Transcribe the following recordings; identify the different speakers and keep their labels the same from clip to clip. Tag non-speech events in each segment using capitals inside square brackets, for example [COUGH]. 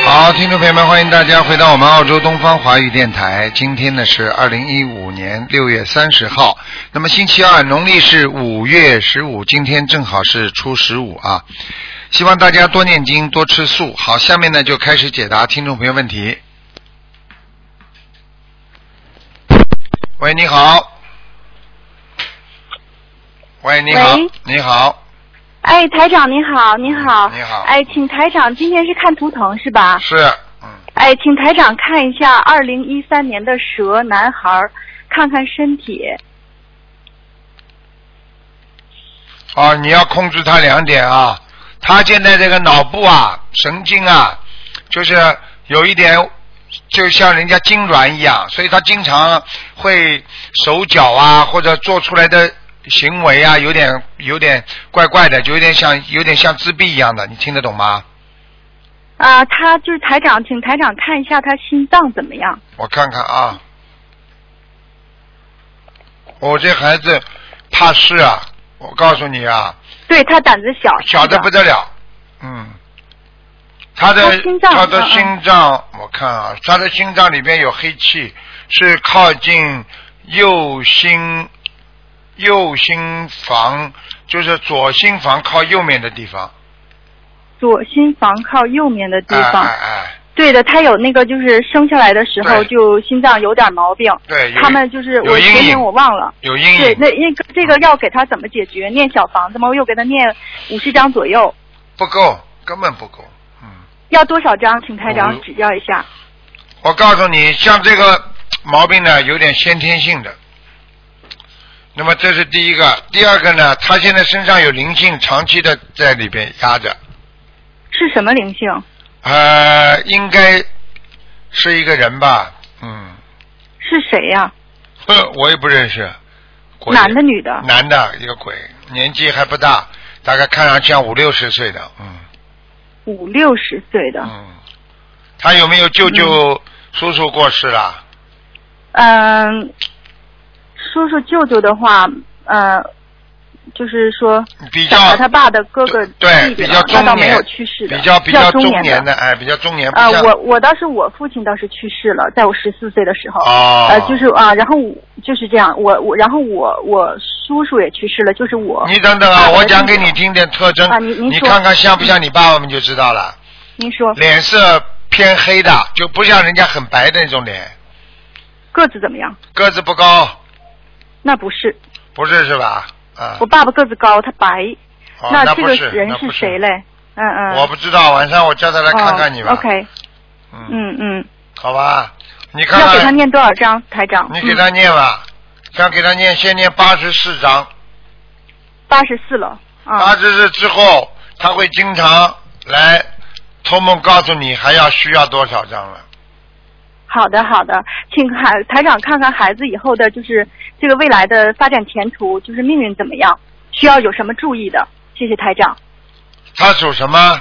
Speaker 1: 朋友们，欢迎大家回到我们澳洲东方华语电台。今天呢是二零一五年六月三十号，那么星期二，农历是五月十五，今天正好是初十五啊。希望大家多念经，多吃素。好，下面呢就开始解答听众朋友问题。喂，你好。喂，你好
Speaker 2: 喂，
Speaker 1: 你好，
Speaker 2: 哎，台长您好，您好，
Speaker 1: 你好
Speaker 2: 哎，请台长今天是看图腾是吧？
Speaker 1: 是，嗯，
Speaker 2: 哎，请台长看一下二零一三年的蛇男孩儿，看看身体。
Speaker 1: 哦，你要控制他两点啊，他现在这个脑部啊、神经啊，就是有一点，就像人家痉挛一样，所以他经常会手脚啊，或者做出来的行为啊，有点有点怪怪的，就有点像有点像自闭一样的，你听得懂吗？
Speaker 2: 啊，他就是台长，请台长看一下他心脏怎么样。
Speaker 1: 我看看啊，我这孩子怕事啊，我告诉你啊，
Speaker 2: 对他胆子小，
Speaker 1: 小的
Speaker 2: 是吧
Speaker 1: 不得了，嗯，他的
Speaker 2: 他心脏
Speaker 1: 他的
Speaker 2: 嗯嗯
Speaker 1: 心脏，我看啊，他的心脏里边有黑气，是靠近右心右心房，就是左心房靠右面的地方，
Speaker 2: 左心房靠右面的地
Speaker 1: 哎
Speaker 2: 方。
Speaker 1: 哎哎，
Speaker 2: 对的，他有那个就是生下来的时候
Speaker 1: 对
Speaker 2: 就心脏有点毛病。
Speaker 1: 对，有
Speaker 2: 他们就是
Speaker 1: 有
Speaker 2: 我
Speaker 1: 阴
Speaker 2: 前
Speaker 1: 影
Speaker 2: 天我忘了。
Speaker 1: 有阴
Speaker 2: 对，
Speaker 1: 影，
Speaker 2: 那那个这个要给他怎么解决？念小房子吗？我又给他念五十张左右，
Speaker 1: 不够，根本不够，嗯。
Speaker 2: 要多少张？请台
Speaker 1: 嗯
Speaker 2: 长指教一下。
Speaker 1: 我告诉你，像这个毛病呢，有点先天性的。那么这是第一个，第二个呢，他现在身上有灵性，长期的在里边压着，
Speaker 2: 是什么灵性？
Speaker 1: 呃，应该是一个人吧，
Speaker 2: [LAUGHS]
Speaker 1: 嗯，
Speaker 2: 是谁呀、
Speaker 1: 哼，我也不认识，鬼
Speaker 2: 男的女的？
Speaker 1: 男的一个鬼，年纪还不大，大概看上去像五六十岁的，嗯
Speaker 2: 五六十岁的。
Speaker 1: 嗯，他有没有舅舅、叔叔过世了？
Speaker 2: 嗯，叔叔舅舅的话，呃，就是说
Speaker 1: 比较
Speaker 2: 想把他爸的哥哥
Speaker 1: 对
Speaker 2: 弟弟
Speaker 1: 比
Speaker 2: 了
Speaker 1: 较中
Speaker 2: 那
Speaker 1: 年，
Speaker 2: 倒没有去世的，
Speaker 1: 比较比较
Speaker 2: 中
Speaker 1: 年
Speaker 2: 的。
Speaker 1: 哎，比较中年不
Speaker 2: 啊、
Speaker 1: 像
Speaker 2: 我我倒是我父亲倒是去世了，在我十四岁的时候。
Speaker 1: 哦，
Speaker 2: 呃，就是啊，然后我就是这样，我我然后我我叔叔也去世了，就是我。
Speaker 1: 你等等啊，
Speaker 2: 啊
Speaker 1: 我
Speaker 2: 我
Speaker 1: 讲给
Speaker 2: 听
Speaker 1: 你听点特征，
Speaker 2: 啊您您
Speaker 1: 你
Speaker 2: 说嗯
Speaker 1: 看看像不像你爸爸们就知道了，
Speaker 2: 您说
Speaker 1: 脸色偏黑的，就不像人家很白的那种脸，
Speaker 2: 个子怎么样？
Speaker 1: 个子不高，
Speaker 2: 那不是，
Speaker 1: 不是是吧？啊
Speaker 2: 我，爸爸个子高，他白。
Speaker 1: 哦
Speaker 2: 那这
Speaker 1: 不
Speaker 2: 个
Speaker 1: 是，
Speaker 2: 人
Speaker 1: 那不是
Speaker 2: 谁？嘞？嗯嗯。
Speaker 1: 我不知道，晚上我叫他来看看你吧。
Speaker 2: 哦、OK，
Speaker 1: 嗯，
Speaker 2: 嗯嗯，
Speaker 1: 好吧，你看
Speaker 2: 要给他
Speaker 1: 看，
Speaker 2: 念嗯多少章，台长？嗯
Speaker 1: 你给他念吧，像给他念，先念八十四章。
Speaker 2: 八十四了。啊
Speaker 1: 八十日之后，他会经常来托梦告诉你还要需要多少张了。
Speaker 2: 好的好的，请孩台长看看孩子以后的，就是这个未来的发展前途，就是命运怎么样，需要有什么注意的？谢谢台长。
Speaker 1: 他属什么？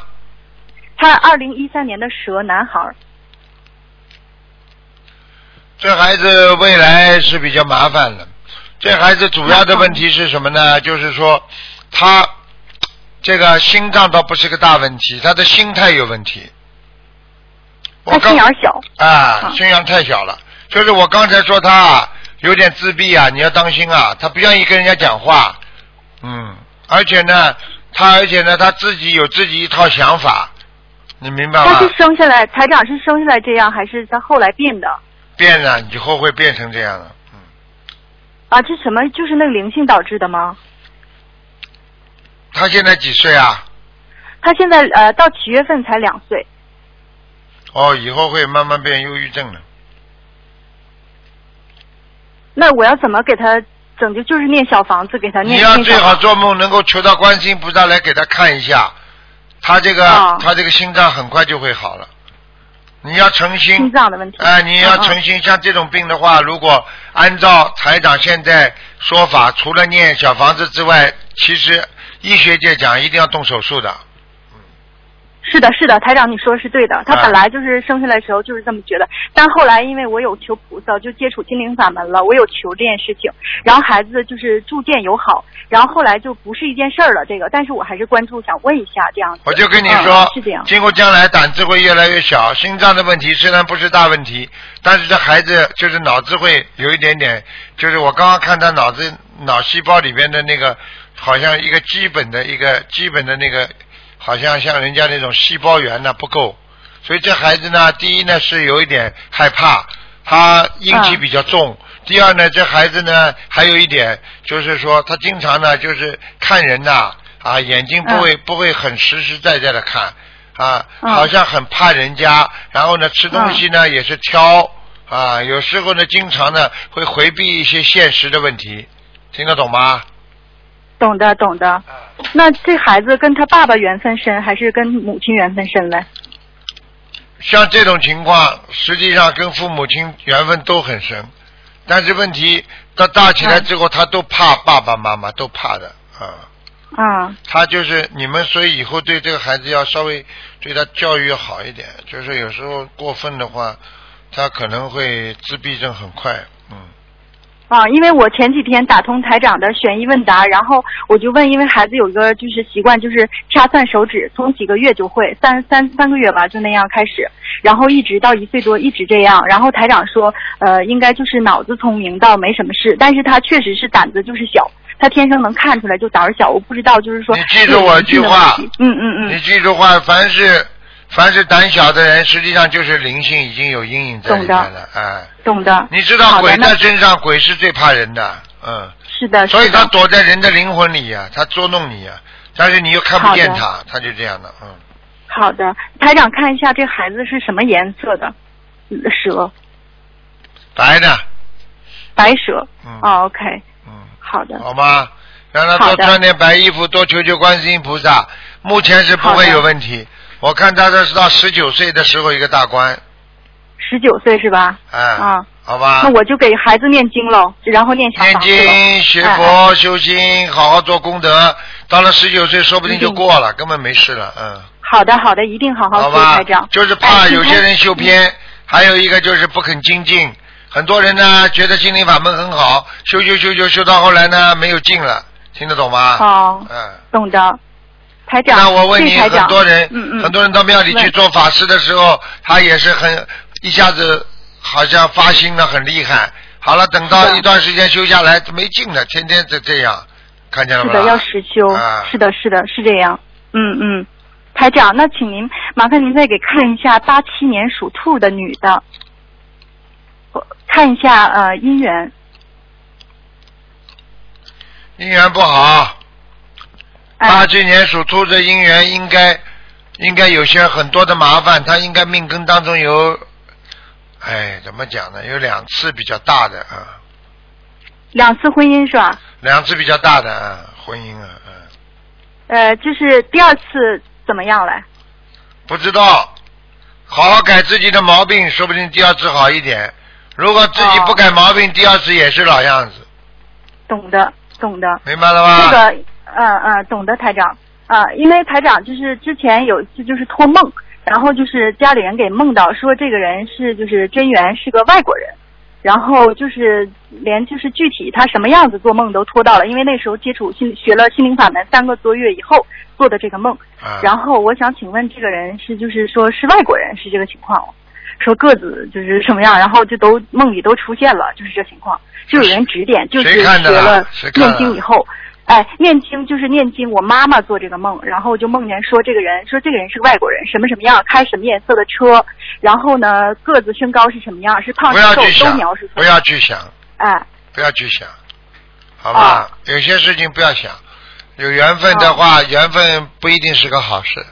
Speaker 2: 他二零一三年的蛇男孩儿，
Speaker 1: 这孩子未来是比较麻烦的。这孩子主要的问题是什么呢？
Speaker 2: 嗯
Speaker 1: 就是说，他这个心脏倒不是个大问题，他的心态有问题。我
Speaker 2: 他
Speaker 1: 刚
Speaker 2: 心眼儿小，
Speaker 1: 啊
Speaker 2: 好，
Speaker 1: 心眼太小了。就是我刚才说他啊有点自闭啊，你要当心啊，他不愿意跟人家讲话。嗯，而且呢，他而且呢，他自己有自己一套想法，你明白
Speaker 2: 他
Speaker 1: 吗
Speaker 2: 是？生下来，台长是生下来这样，还是他后来变的？
Speaker 1: 变了，以后会变成这样的。嗯，
Speaker 2: 啊，这什么就是那个灵性导致的吗？
Speaker 1: 他现在几岁啊？
Speaker 2: 他现在呃到七月份才两岁，
Speaker 1: 哦，以后会慢慢变忧郁症的。
Speaker 2: 那我要怎么给他拯救？就是念小房子给啊他念。
Speaker 1: 你要
Speaker 2: 念
Speaker 1: 最
Speaker 2: 小
Speaker 1: 好
Speaker 2: 房子
Speaker 1: 做梦能够求到观世音菩萨来给他看一下，他这个、
Speaker 2: 哦
Speaker 1: 他这个心脏很快就会好了。你要诚心，
Speaker 2: 心脏的问题。
Speaker 1: 哎，你要
Speaker 2: 嗯嗯
Speaker 1: 诚心，像这种病的话，如果按照台长现在说法，除了念小房子之外，其实医学界讲一定要动手术的。
Speaker 2: 是的，是的，台长你说的是对的。他
Speaker 1: 啊
Speaker 2: 本来就是生下来的时候就是这么觉得，但后来因为我有求菩萨，就接触心灵法门了，我有求这件事情，然后孩子就是逐渐友好，然后后来就不是一件事儿了。这个，但是我还是关注，想问一下这样子。
Speaker 1: 我就跟你
Speaker 2: 嗯
Speaker 1: 说，
Speaker 2: 是这样。
Speaker 1: 今后将来胆子会越来越小，心脏的问题虽然不是大问题，但是这孩子就是脑子会有一点点，就是我刚刚看他脑子脑细胞里边的那个，好像一个基本的一个基本的那个，好像像人家那种细胞源啊呢不够，所以这孩子呢，第一呢是有一点害怕，他阴气
Speaker 2: 嗯
Speaker 1: 比较重。第二呢，这孩子呢，还有一点就是说，他经常呢，就是看人呐、啊，眼睛不会、不会很实实在在的看啊，
Speaker 2: 嗯
Speaker 1: 好像很怕人家，然后呢，吃东西呢、也是挑啊，有时候呢，经常呢会回避一些现实的问题，听得懂吗？
Speaker 2: 懂的，懂
Speaker 1: 啊
Speaker 2: 的。那这孩子跟他爸爸缘分深，还是跟母亲缘分深嘞？
Speaker 1: 像这种情况，实际上跟父母亲缘分都很深，但是问题到大起来之后，他都怕爸爸妈妈，都怕的啊。
Speaker 2: 啊、
Speaker 1: 他就是你们，所以以后对这个孩子要稍微对他教育好一点，就是有时候过分的话，他可能会自闭症很快，嗯，
Speaker 2: 啊，因为我前几天打通台长的悬疑问答，然后我就问，因为孩子有一个就是习惯，就是掐算手指，从几个月就会，三三三个月吧，就那样开始，然后一直到一岁多一直这样。然后台长说，呃，应该就是脑子聪明到没什么事，但是他确实是胆子就是小，他天生能看出来就胆儿小，我不知道就是说
Speaker 1: 你
Speaker 2: 是
Speaker 1: 记
Speaker 2: 有
Speaker 1: 住我一句
Speaker 2: 灵性的问
Speaker 1: 话
Speaker 2: 题，嗯嗯
Speaker 1: 你
Speaker 2: 嗯，
Speaker 1: 记住话，凡是凡是胆小的人，实际上就是灵性已经有阴影在里
Speaker 2: 懂的
Speaker 1: 面了，哎，
Speaker 2: 懂的，
Speaker 1: 你知道
Speaker 2: 好的
Speaker 1: 鬼
Speaker 2: 那
Speaker 1: 在身上，鬼是最怕人的，嗯，
Speaker 2: 是的，
Speaker 1: 所以
Speaker 2: 是的
Speaker 1: 他躲在人的灵魂里呀、他捉弄你呀、但是你又看不
Speaker 2: 好的
Speaker 1: 见他，他就这样的，嗯，
Speaker 2: 好的，台长看一下这孩子是什么颜色的嗯蛇，
Speaker 1: 白的，
Speaker 2: 白蛇。
Speaker 1: 嗯
Speaker 2: 哦，OK，
Speaker 1: 嗯。
Speaker 2: 好的，
Speaker 1: 好吗？让他多
Speaker 2: 好的
Speaker 1: 穿点白衣服，多求求观世音菩萨。目前是不
Speaker 2: 好
Speaker 1: 会
Speaker 2: 的
Speaker 1: 有问题。我看他这是到十九岁的时候一个大关，
Speaker 2: 十九岁是吧？
Speaker 1: 哎、
Speaker 2: 啊
Speaker 1: 好吧
Speaker 2: 那。我就给孩子念经喽，然后念小
Speaker 1: 念
Speaker 2: 房子哎喽。
Speaker 1: 经、学佛、修心，好好做功德。到了十九岁，说不定就过了，根本没事了，嗯，
Speaker 2: 好的，好的，一定好嗯好学
Speaker 1: 吧
Speaker 2: 台长。。
Speaker 1: 就是怕
Speaker 2: 哎嗯
Speaker 1: 有些人修偏，还有一个就是不肯精进。很多人呢，觉得心灵法门很好，修修修修修到后来呢，没有劲了，听得懂吗？
Speaker 2: 哦，
Speaker 1: 嗯。
Speaker 2: 懂的。台长，
Speaker 1: 那我问
Speaker 2: 谢
Speaker 1: 你，
Speaker 2: 谢台
Speaker 1: 很
Speaker 2: 长
Speaker 1: 多人，
Speaker 2: 嗯嗯，
Speaker 1: 很多人到庙里去
Speaker 2: 问
Speaker 1: 做法事的时候，他也是很一下子好像发心了，很厉害。好了，等
Speaker 2: 是
Speaker 1: 到
Speaker 2: 的
Speaker 1: 一段时间修下来，没劲了，天天这这样，看见了
Speaker 2: 是
Speaker 1: 吗？
Speaker 2: 的，要实修。
Speaker 1: 啊
Speaker 2: 是的，是的，是这样。嗯嗯，台长，那请您麻烦您再给看一下八七年属兔的女的，我看一下呃姻缘。
Speaker 1: 姻缘不好，八
Speaker 2: 哎，
Speaker 1: 七年属兔的姻缘应该应该有些很多的麻烦，他应该命根当中有，哎，怎么讲呢？有两次比较大的啊，
Speaker 2: 两次婚姻是吧？
Speaker 1: 两次比较大的啊，婚姻啊，嗯、
Speaker 2: 呃，就是第二次怎么样嘞？
Speaker 1: 不知道，好好改自己的毛病，说不定第二次好一点。如果自己
Speaker 2: 哦
Speaker 1: 不改毛病，第二次也是老样子，
Speaker 2: 懂的，懂的。
Speaker 1: 明白了
Speaker 2: 这
Speaker 1: 吗？
Speaker 2: 个，嗯嗯，懂的，台长。啊、因为台长就是之前有一次就是托梦，然后就是家里人给梦到说这个人是就是真源是个外国人，然后就是连就是具体他什么样子做梦都托到了，因为那时候接触心学了心灵法门三个多月以后做的这个梦。
Speaker 1: 啊，
Speaker 2: 然后我想请问这个人是就是说是外国人是这个情况吗？说个子就是什么样，然后就都梦里都出现了，就是这情况，就有人指点，就是
Speaker 1: 谁
Speaker 2: 学
Speaker 1: 看的啦
Speaker 2: 了
Speaker 1: 谁看的
Speaker 2: 念经以后，哎，念经就是念经，我妈妈做这个梦，然后就梦见说这个人说这个人是个外国人，什么什么样，开什么颜色的车，然后呢个子身高是什么样，是胖
Speaker 1: 不
Speaker 2: 是
Speaker 1: 要
Speaker 2: 瘦
Speaker 1: 去
Speaker 2: 都
Speaker 1: 想
Speaker 2: 描述，出
Speaker 1: 不
Speaker 2: 来，
Speaker 1: 要去想，
Speaker 2: 哎，
Speaker 1: 不要去想，好
Speaker 2: 啊
Speaker 1: 吧？有些事情不要想，有缘分的话，缘分不一定是个好事，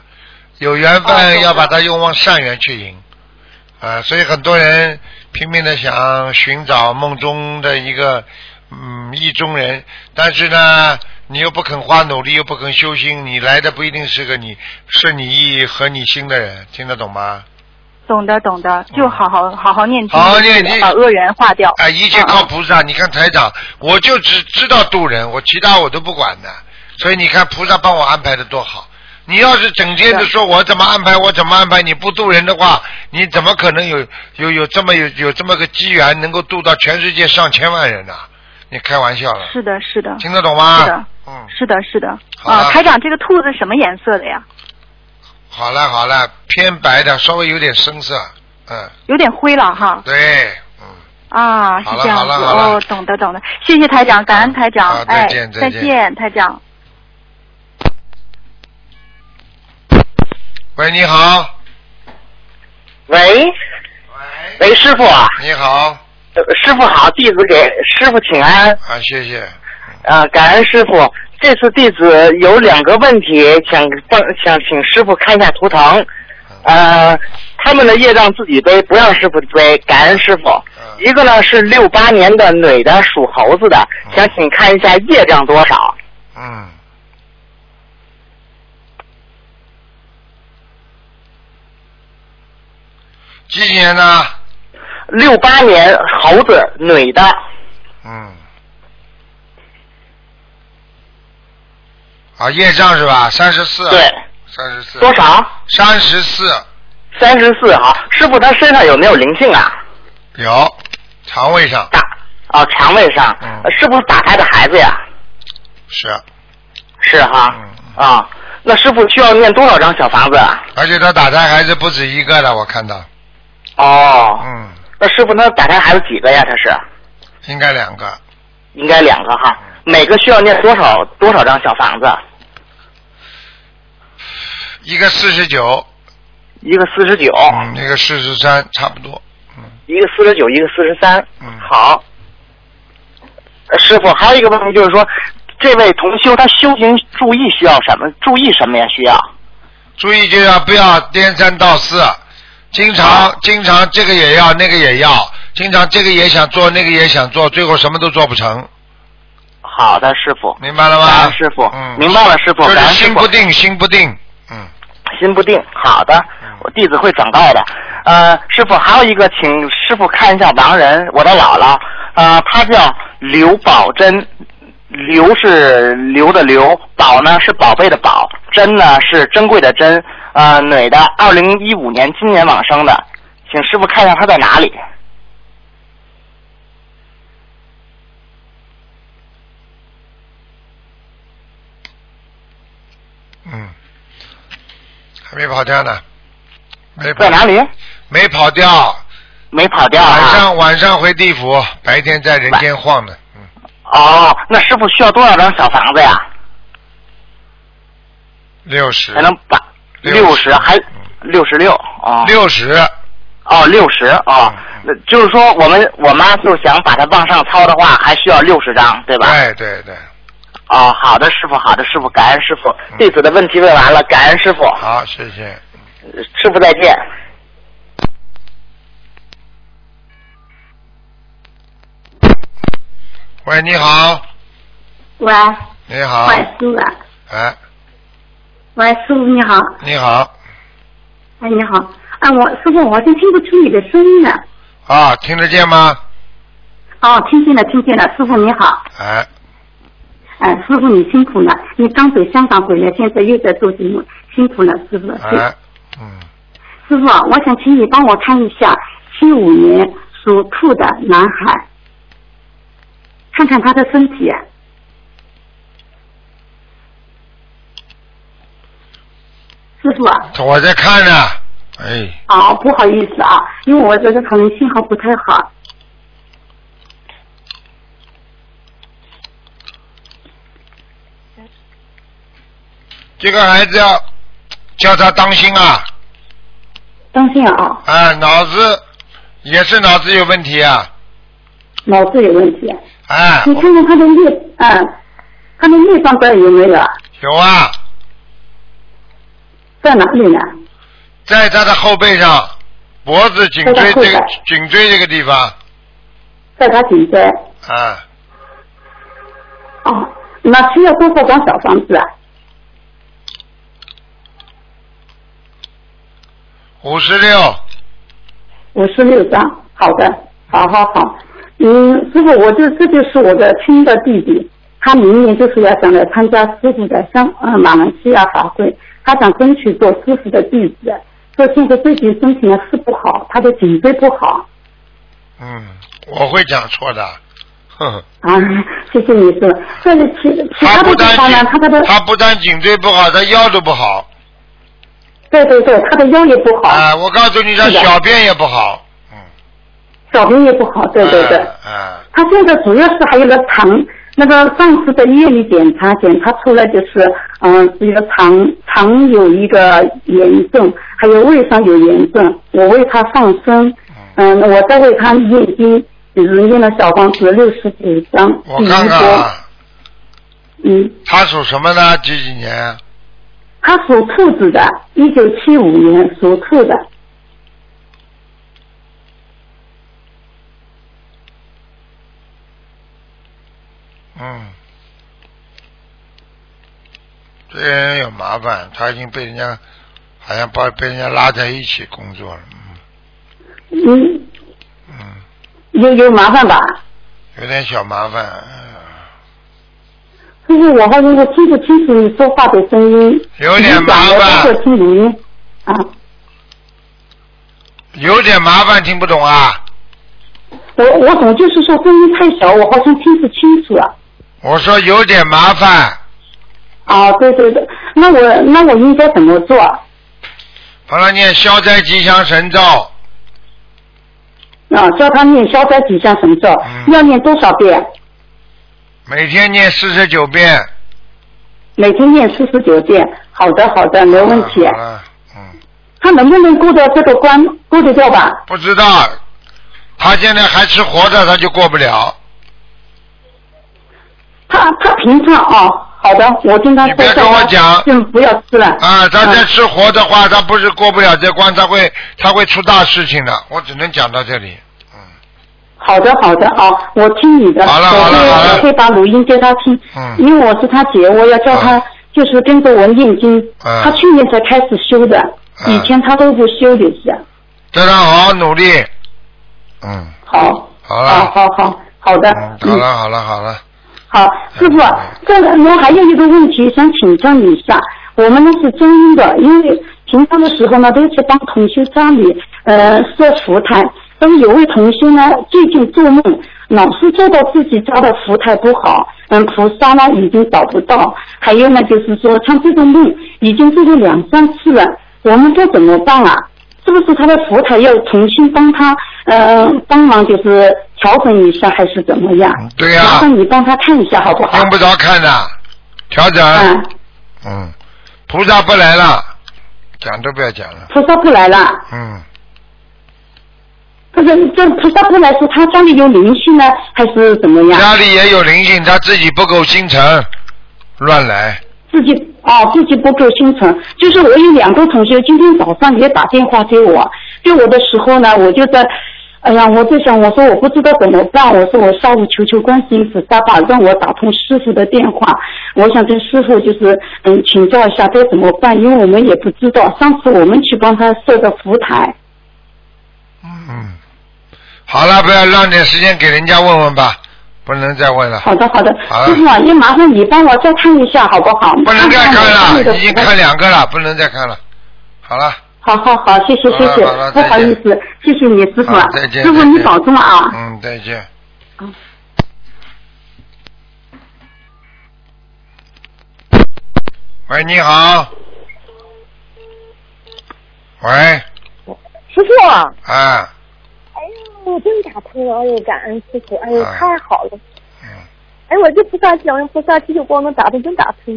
Speaker 1: 有缘
Speaker 2: 哦懂
Speaker 1: 分
Speaker 2: 了
Speaker 1: 要把它用往善缘去引。啊，所以很多人拼命的想寻找梦中的一个嗯意中人，但是呢，你又不肯花努力，又不肯修心，你来的不一定是个你顺你意合你心的人，听得懂吗？
Speaker 2: 懂的懂的，就好好好好念
Speaker 1: 嗯
Speaker 2: 经，
Speaker 1: 好好念经
Speaker 2: 把恶缘化掉，
Speaker 1: 啊，一切
Speaker 2: 嗯
Speaker 1: 靠菩萨。你看台长，我就只知道渡人，我其他我都不管的。所以你看菩萨帮我安排的多好。你要是整天的说我怎么安排，我怎么安排，你不渡人的话，你怎么可能有有有这么有有这么个机缘能够渡到全世界上千万人呢、你开玩笑了，
Speaker 2: 是的，是的，
Speaker 1: 听得懂吗？
Speaker 2: 是的，
Speaker 1: 嗯，
Speaker 2: 是的，是的。
Speaker 1: 好
Speaker 2: 啊，
Speaker 1: 了
Speaker 2: 台长，这个兔子什么颜色的呀？
Speaker 1: 好了好了，偏白的，稍微有点深色，嗯，
Speaker 2: 有点灰了哈。
Speaker 1: 对，嗯，
Speaker 2: 啊，是
Speaker 1: 好了
Speaker 2: 这样
Speaker 1: 好
Speaker 2: 子
Speaker 1: 了好了
Speaker 2: 哦，懂得懂得，谢谢台长，感恩台长，
Speaker 1: 好再
Speaker 2: 哎
Speaker 1: 见，再
Speaker 2: 再
Speaker 1: 见
Speaker 2: 见，台长。
Speaker 1: 喂，你好，
Speaker 3: 喂
Speaker 1: 喂，
Speaker 3: 喂，师傅啊，
Speaker 1: 你好，
Speaker 3: 呃师傅好，弟子给师傅请安，
Speaker 1: 啊，谢谢，
Speaker 3: 啊，感恩师傅。这次弟子有两个问题想帮，想请师傅看一下图腾，
Speaker 1: 嗯
Speaker 3: 呃，他们的业障自己背，不让师傅背，感恩师傅。
Speaker 1: 嗯，
Speaker 3: 一个呢是六八年的女的，属猴子的，想请看一下业障多少。
Speaker 1: 嗯，几几年呢？
Speaker 3: 六八年猴子女的，
Speaker 1: 嗯，啊，业障是吧？三十四，啊
Speaker 3: 对，，
Speaker 1: 三十四，
Speaker 3: 多？少？
Speaker 1: 三十四，
Speaker 3: 三十四啊。师傅，他身上有没有灵性啊？
Speaker 1: 有，肠胃上
Speaker 3: 大哦，肠胃上
Speaker 1: 嗯，
Speaker 3: 呃是不是打胎的孩子呀？
Speaker 1: 是，
Speaker 3: 是哈
Speaker 1: 嗯，
Speaker 3: 啊，那师傅需要念多少张小房子啊？
Speaker 1: 而且他打胎孩子不止一个了，我看到，
Speaker 3: 哦，
Speaker 1: 嗯，
Speaker 3: 那师傅他打胎孩子几个呀？他是
Speaker 1: 应该两个，
Speaker 3: 应该两个哈，每个需要念多少多少张小房子？
Speaker 1: 一个四十九，
Speaker 3: 一个四十九，
Speaker 1: 嗯，一个四十三，差不多，嗯，
Speaker 3: 一个四十九，一个四十三
Speaker 1: 嗯。
Speaker 3: 好，呃师傅还有一个问题就是说，这位同修他修行注意需要什么？注意什么呀？需要？
Speaker 1: 注意就要不要颠三倒四，经常经常这个也要那个也要，经常这个也想做那个也想做，最后什么都做不成，
Speaker 3: 好的，师傅，
Speaker 1: 明白了
Speaker 3: 感
Speaker 1: 吗？
Speaker 3: 恩师傅，
Speaker 1: 嗯，
Speaker 3: 明白了，师傅，
Speaker 1: 就
Speaker 3: 感
Speaker 1: 是
Speaker 3: 恩师
Speaker 1: 心
Speaker 3: 傅
Speaker 1: 不。定，心不定，嗯，
Speaker 3: 心不定。好的
Speaker 1: 嗯，
Speaker 3: 我弟子会转告的。呃，师傅还有一个，请师傅看一下盲人，我的姥姥，呃，她叫刘宝珍，刘是刘的刘，宝呢是宝贝的宝，珍呢是珍贵的珍，呃，女的，二零一五年今年往生的，请师傅看一下她在哪里。
Speaker 1: 嗯，还没跑掉呢，没跑
Speaker 3: 在哪里？
Speaker 1: 没跑掉，
Speaker 3: 没跑掉
Speaker 1: 晚
Speaker 3: 啊？
Speaker 1: 上晚上回地府，白天在人间晃呢，嗯，
Speaker 3: 哦，那师傅需要多少张小房子呀？
Speaker 1: 六十
Speaker 3: 才能把
Speaker 1: 六
Speaker 3: 六
Speaker 1: 十
Speaker 3: 十还
Speaker 1: 嗯
Speaker 3: 六十六哦。
Speaker 1: 六十，嗯
Speaker 3: 哦，六十哦，那就是说我们我妈就是想把它往上抄的话，还需要六十张，对吧？
Speaker 1: 对对对，
Speaker 3: 哦，好的，师傅，好的，师傅，感恩师傅，
Speaker 1: 嗯
Speaker 3: 弟子的问题问完了，感恩师傅，
Speaker 1: 好，谢谢。
Speaker 3: 师傅再见。
Speaker 1: 喂，你好，
Speaker 4: 喂，
Speaker 5: 啊
Speaker 1: 你好，
Speaker 4: 喂，师傅啊，
Speaker 1: 哎，
Speaker 4: 喂，师傅你好，
Speaker 1: 你好，
Speaker 4: 哎你好，啊我师傅我好像听不出你的声音了，
Speaker 1: 啊，听得见吗？
Speaker 4: 哦听见了听见了，师傅你好，
Speaker 1: 哎，
Speaker 4: 哎师傅你辛苦了，你刚从香港回来，现在又在做节目，辛苦了师傅，谢
Speaker 1: 哎，嗯，
Speaker 4: 师傅啊我想请你帮我看一下七五年属兔的男孩，看看他的身体，啊师傅啊。
Speaker 1: 我在看呢，哎，
Speaker 4: 啊，不好意思啊，因为我觉得可能信号不太好。
Speaker 1: 这个孩子要叫他当心啊，
Speaker 4: 当心啊，
Speaker 1: 啊，脑子也是脑子有问题啊，
Speaker 4: 脑子有问题。
Speaker 1: 哎，
Speaker 4: 你看看他的肋，嗯，他的肋上边有没有？
Speaker 1: 有啊，
Speaker 4: 在哪里呢？
Speaker 1: 在他的后背上、脖子、颈椎这个颈椎这个地方，
Speaker 4: 在他颈椎。
Speaker 1: 啊，
Speaker 4: 哦，那需要多少张小房子啊？
Speaker 1: 五十六，
Speaker 4: 五十六张。好的，好好好。嗯，师傅，我就这就是我的亲的弟弟，他明年就是要想来参加师傅的香呃马来西亚法会，他他想争取做师傅的弟子，说现在最近身体呢是不好，他的颈椎不好。
Speaker 1: 嗯，我会讲错的。哼哼。
Speaker 4: 啊，谢谢你说。这是其其他
Speaker 1: 不
Speaker 4: 的地
Speaker 1: 单
Speaker 4: 方呢，他
Speaker 1: 颈
Speaker 4: 的，
Speaker 1: 他不单颈椎不好，他腰都不好。
Speaker 4: 对对对，他的腰也不好，
Speaker 1: 啊，我告诉你，他
Speaker 4: 是的
Speaker 1: 小便也不好。嗯。
Speaker 4: 小便也不好，对对对。
Speaker 1: 啊啊
Speaker 4: 他现在主要是还有个肠，那个上次的医院里检查，检查出来就是，嗯、只有肠肠有一个炎症，还有胃上有炎症。我为他放生，
Speaker 1: 哦
Speaker 4: 嗯、我在为他念经，就是念了小房子六十九章，
Speaker 1: 我
Speaker 4: 第一
Speaker 1: 看看
Speaker 4: 波，
Speaker 1: 啊，
Speaker 4: 嗯，
Speaker 1: 他属什么呢？几几年？
Speaker 4: 他属兔子的，一九七五年属兔的，
Speaker 1: 嗯。这人有麻烦，他已经被人家好像把被人家拉在一起工作了。
Speaker 4: 嗯，
Speaker 1: 嗯嗯，
Speaker 4: 有有麻烦吧？
Speaker 1: 有点小麻烦。嗯
Speaker 4: 就是我好像我听不清楚你说话的声音，
Speaker 1: 有点麻
Speaker 4: 你讲
Speaker 1: 烦
Speaker 4: 的包括听录音啊。
Speaker 1: 有点麻烦，听不懂啊！
Speaker 4: 我我总就是说声音太小，我好像听不清楚啊了。
Speaker 1: 我说有点麻烦，
Speaker 4: 啊，对对对，那我那我应该怎么做？啊，
Speaker 1: 帮他念消灾吉祥神咒，
Speaker 4: 教他念消灾吉祥神咒，
Speaker 1: 嗯
Speaker 4: 要念多少遍？
Speaker 1: 每天念四十九遍。
Speaker 4: 每天念四十九遍。好的，好的，没问题
Speaker 1: 好。了，嗯，
Speaker 4: 他能不能过得这个关，过得掉吧？
Speaker 1: 不知道，他现在还吃活的，他就过不了。
Speaker 4: 他他平常哦，好的，我经常
Speaker 1: 你
Speaker 4: 说
Speaker 1: 别跟我讲
Speaker 4: 就不要吃了。
Speaker 1: 啊，他
Speaker 4: 嗯
Speaker 1: 在吃活的话，他不是过不了这关，他会他会出大事情的。我只能讲到这里。
Speaker 4: 好的，好的，哦，我听你的，
Speaker 1: 好了
Speaker 4: 我
Speaker 1: 好了好了
Speaker 4: 会我会把录音给他听，
Speaker 1: 嗯
Speaker 4: 因为我是他姐，我要叫他、
Speaker 1: 嗯
Speaker 4: 就是跟着我念经，
Speaker 1: 嗯
Speaker 4: 他去年才开始修的，
Speaker 1: 嗯
Speaker 4: 以前他都不修的是，
Speaker 1: 叫他好好努力。嗯，
Speaker 4: 好，
Speaker 1: 好了
Speaker 4: 好好好，好的，
Speaker 1: 嗯，好了，好了，好了，
Speaker 4: 好，师傅，这个我还有一个问题想请教你一下。我们呢是中医的，因为平常的时候呢都去帮同修家里呃设佛台，但是有位同修呢最近做梦，老是做到自己家的佛台不好，嗯，菩萨呢已经找不到，还有呢就是说像这种梦已经做了两三次了，我们该怎么办啊？是不是他的佛台要重新帮他呃帮忙就是调整一下，还是怎么样？
Speaker 1: 嗯对呀、
Speaker 4: 麻烦你帮他看一下好不好？
Speaker 1: 用不着看的，调整。
Speaker 4: 嗯，
Speaker 1: 嗯，菩萨不来了，讲都不要讲了。
Speaker 4: 菩萨不来了，
Speaker 1: 嗯，
Speaker 4: 这个这菩萨不来是他家里有灵性呢，还是怎么样？
Speaker 1: 家里也有灵性，他自己不够心诚，乱来。
Speaker 4: 自己哦，自己不够心诚。就是我有两个同学，今天早上也打电话给我，给我的时候呢，我就在，哎呀，我在想，我说我不知道怎么办，我说我下午求求观世音菩萨吧，让我打通师傅的电话，我想跟师傅就是嗯请教一下该怎么办，因为我们也不知道，上次我们去帮他设的福台，
Speaker 1: 嗯，好了，不要让点时间给人家问问吧，不能再问了，
Speaker 4: 好的，好的
Speaker 1: 好，
Speaker 4: 师傅啊，也麻烦你帮我再看一下好不好？
Speaker 1: 不能再
Speaker 4: 看看我
Speaker 1: 看
Speaker 4: 那个
Speaker 1: 了，已经看两个了，不能再看了。好了，
Speaker 4: 好好好，谢谢谢谢
Speaker 1: 好了好了，
Speaker 4: 不好意思，谢谢你师傅啊
Speaker 1: 好，再见
Speaker 4: 师傅
Speaker 1: 再见
Speaker 4: 你保重啊。嗯
Speaker 1: 嗯，再见。喂，你好。喂，
Speaker 6: 师傅啊，
Speaker 1: 啊， [LAUGHS]
Speaker 6: 哎呦，我真打通了，哎呦，感恩师傅，哎呦，
Speaker 1: 啊
Speaker 6: 太好了，
Speaker 1: 嗯，
Speaker 6: 哎，我这菩萨想菩萨继续光能打通，真打通，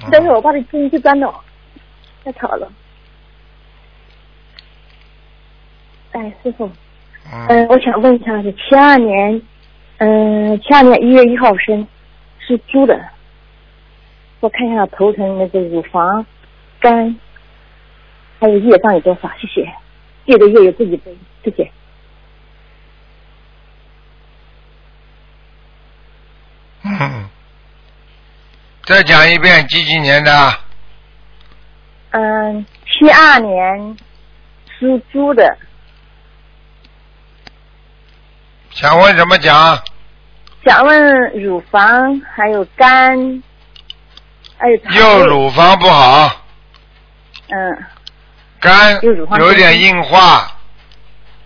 Speaker 1: 嗯
Speaker 6: 但是我把这经就转到，太巧了。哎，师傅，嗯
Speaker 1: 嗯，，
Speaker 6: 我想问一下，是七二年，嗯，七二年一月一号生，是猪的，我看一下头疼那个乳房、肝，还有业障有多少？谢谢，这个业有自己背，谢谢。
Speaker 1: 嗯，再讲一遍几几年的啊？
Speaker 6: 嗯，七二年属猪的，
Speaker 1: 想问什么讲？
Speaker 4: 哎
Speaker 6: 想问乳房还有肝，还有肠胃
Speaker 1: 右乳房不好，
Speaker 6: 嗯
Speaker 1: 肝
Speaker 6: 右乳房
Speaker 1: 有点硬化，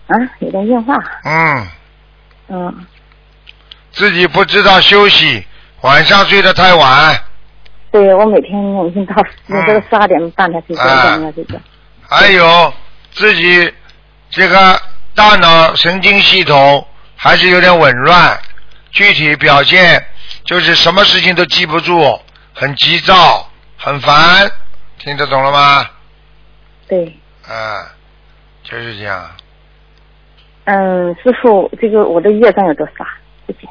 Speaker 6: 啊，有点硬化，
Speaker 1: 嗯，
Speaker 6: 嗯
Speaker 1: 自己不知道休息，晚上睡得太晚，
Speaker 6: 对我每天我已经到每天都十二点半才睡觉，
Speaker 1: 啊
Speaker 6: 晚上睡觉。
Speaker 1: 还有自己这个大脑神经系统还是有点紊乱，具体表现就是什么事情都记不住，很急躁，很烦，听得懂了吗？
Speaker 6: 对，
Speaker 1: 啊，就是这样。
Speaker 6: 嗯，师傅，这个我的业障有多少？谢谢。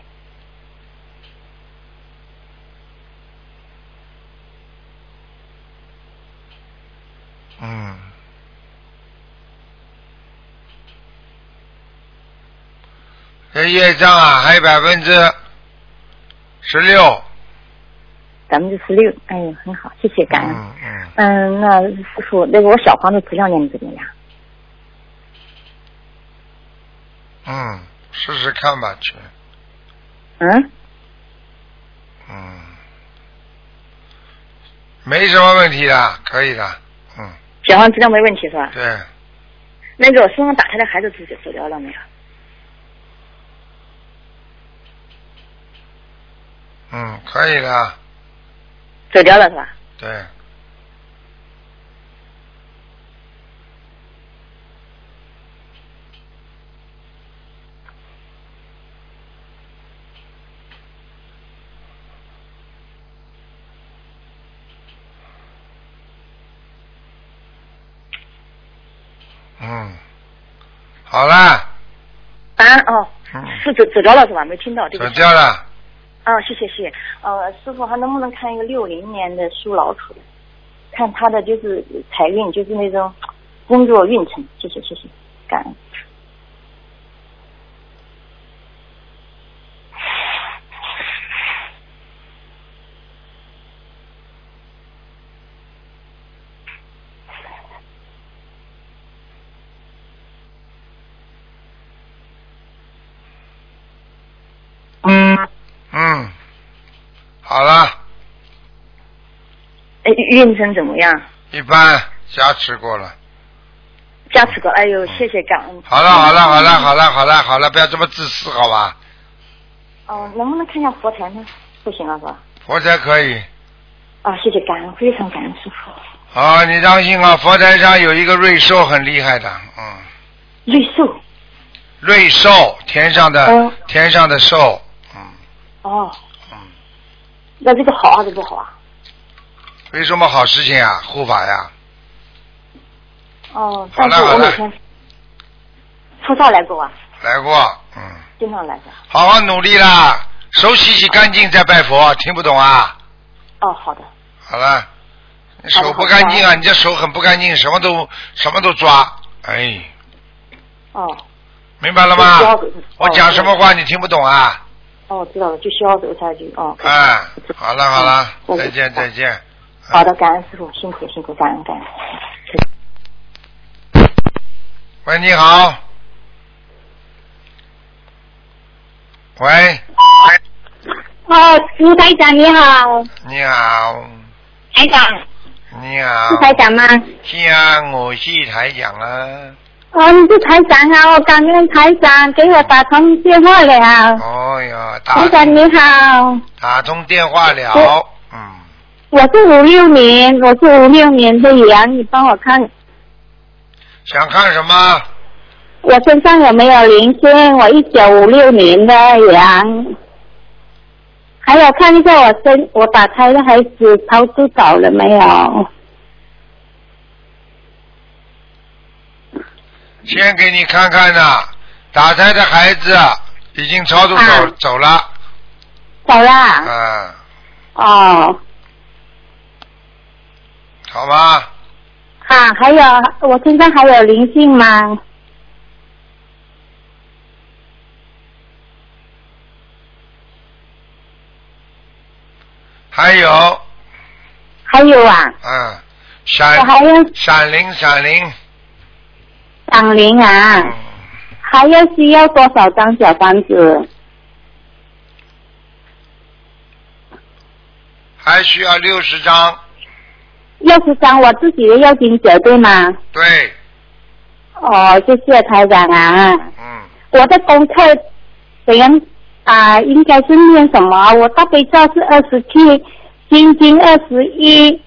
Speaker 1: 嗯，这业障啊，还有百分之十六。
Speaker 6: 百分之十六，哎呦，很好，谢谢感恩。
Speaker 1: 嗯嗯，
Speaker 6: 嗯，那师傅，那个我小房子图像念的怎么样？
Speaker 1: 嗯，试试看吧，去。
Speaker 6: 嗯，
Speaker 1: 嗯，没什么问题的，可以的。嗯，
Speaker 6: 小房子质量没问题是吧？
Speaker 1: 对，
Speaker 6: 那个我身上打胎的孩子自己走掉了没有？
Speaker 1: 嗯，可以的，
Speaker 6: 走掉了是吧？
Speaker 1: 对。嗯，好了，
Speaker 6: 啊哦，
Speaker 1: 嗯，
Speaker 6: 是走走掉了是吧？没听到，对不
Speaker 1: 走
Speaker 6: 起。
Speaker 1: 掉了。
Speaker 6: 啊，谢谢谢谢。呃，师傅还能不能看一个六零年的属老鼠，看他的就是财运，就是那种工作运程。谢谢谢谢，感恩。
Speaker 1: 嗯，好了，
Speaker 6: 哎，运程怎么样？
Speaker 1: 一般加持过了。
Speaker 6: 加持过，哎呦，谢谢感恩。
Speaker 1: 好了，好了，好了，好了，好了，好了，不要这么自私，好吧？
Speaker 6: 哦、能不能看一下佛台呢？不行了是吧？
Speaker 1: 佛台可以。
Speaker 6: 啊，谢谢感恩，非常感恩师傅。
Speaker 1: 啊，你当心啊！佛台上有一个瑞兽很厉害的，嗯，
Speaker 6: 瑞兽，
Speaker 1: 瑞兽，天上的、
Speaker 6: 嗯
Speaker 1: 天上的兽，嗯
Speaker 6: 哦，
Speaker 1: 嗯，
Speaker 6: 那这个好还是不好啊？
Speaker 1: 有什么好事情啊？护法呀，
Speaker 6: 哦，
Speaker 1: 好
Speaker 6: 但
Speaker 1: 了
Speaker 6: 是我
Speaker 1: 好了
Speaker 6: 每天菩萨来过啊，
Speaker 1: 来过，嗯，
Speaker 6: 经常来的。
Speaker 1: 好好努力啦，手洗洗干净再拜佛，听不懂啊？
Speaker 6: 哦，好的，
Speaker 1: 好了，你手
Speaker 6: 好的
Speaker 1: 不干净
Speaker 6: 好
Speaker 1: 啊，你这手很不干净，什么都什么都抓，哎，
Speaker 6: 哦，
Speaker 1: 明白了
Speaker 6: 就消
Speaker 1: 吗？
Speaker 6: 毒
Speaker 1: 我讲什么？话你听不懂啊？
Speaker 6: 哦，知道了，就消毒下去。哦，可以
Speaker 1: 哎，好了好了，
Speaker 6: 嗯
Speaker 1: 再见再见。
Speaker 6: 好的，感恩师傅，辛苦辛苦，感恩感恩。
Speaker 1: 喂，你好。喂，
Speaker 5: 哎哦，卢台长你好，
Speaker 1: 你好，
Speaker 5: 台长
Speaker 1: 你好
Speaker 5: 是。台长吗？
Speaker 1: 是啊，我是台长啊。
Speaker 5: 哦，你是台长啊！我感恩台长给我打通电话了。啊
Speaker 1: 哦哟，打
Speaker 5: 台长你好，
Speaker 1: 打通电话了。嗯，
Speaker 5: 我是五六年，我是五六年的羊，你帮我看
Speaker 1: 想看什么？
Speaker 5: 我身上有没有零件？我一九五六年的羊，还有看一下我身我打胎的孩子超度走了没有？啊
Speaker 1: 先给你看看呐、打胎的孩子啊已经超度走、
Speaker 5: 啊
Speaker 1: 走了。
Speaker 5: 走啦？
Speaker 1: 嗯，
Speaker 5: 哦，
Speaker 1: 好吗？
Speaker 5: 啊，还有我身上还有灵性吗？
Speaker 1: 还有，
Speaker 5: 还有啊，
Speaker 1: 嗯，
Speaker 5: 我
Speaker 1: 闪
Speaker 5: 还要
Speaker 1: 闪灵闪灵，
Speaker 5: 挡灵啊。
Speaker 1: 嗯，
Speaker 5: 还要需要多少张小房子？
Speaker 1: 还需要六十张。
Speaker 5: 六十张我自己的要经者对吗？
Speaker 1: 对，
Speaker 5: 哦，谢谢台长啊。
Speaker 1: 嗯，
Speaker 5: 我的功课怎样啊、应该是念什么？我大悲咒是二十七，心经二十一，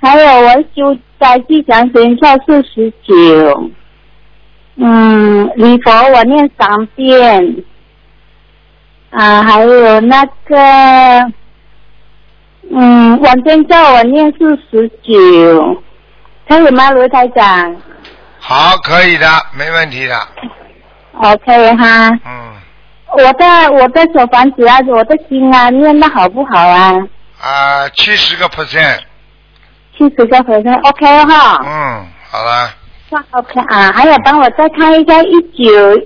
Speaker 5: 还有我修斋吉祥神咒是十九。嗯，礼佛我念三遍。啊，还有那个，嗯，往生咒我念是十九，可以吗，卢台长
Speaker 1: 好，可以的，没问题的，
Speaker 5: ？OK 哈。
Speaker 1: 嗯，
Speaker 5: 我的我的小房子啊，我的经啊，念的好不好啊？
Speaker 1: 啊，七十个 percent，
Speaker 5: 七十个和尚 OK 哈、
Speaker 1: 嗯，好了，
Speaker 5: 算 OK 啊。还有帮我再看一下一九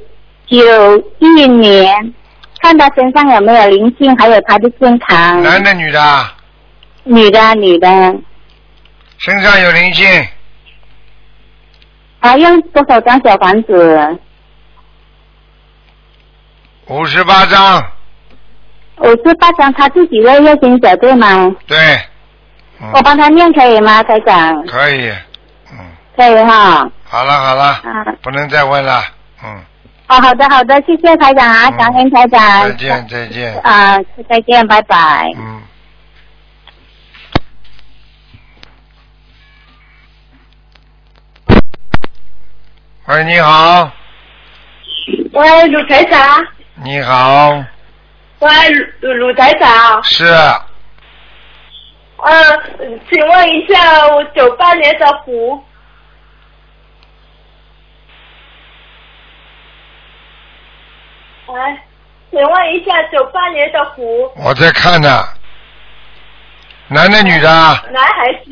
Speaker 5: 九一年，看他身上有没有灵性，还有他的健康。
Speaker 1: 男的女的啊，
Speaker 5: 女的，女的，
Speaker 1: 身上有灵性，
Speaker 5: 还用多少张小房子？
Speaker 1: 五十八张，
Speaker 5: 我是八张，他自己的要经者对吗？
Speaker 1: 对，
Speaker 5: 我
Speaker 1: 嗯，
Speaker 5: 帮他念可以吗，台长？
Speaker 1: 可以，嗯，
Speaker 5: 可以哈、
Speaker 1: 好了好了，
Speaker 5: 啊，
Speaker 1: 不能再问了，嗯，
Speaker 5: 哦，好的好的，谢谢台长啊，感恩台长。
Speaker 1: 再见再见，
Speaker 5: 啊、再见，拜拜。
Speaker 1: 嗯。喂，你好，
Speaker 7: 喂，鲁台长，
Speaker 1: 你好，
Speaker 7: 喂，鲁鲁呃台长，啊
Speaker 1: 是
Speaker 7: 嗯，请问一下，我九八年的虎，喂，哎请问一下，九八年的虎，
Speaker 1: 我在看呢，男的女的啊，
Speaker 7: 男孩子，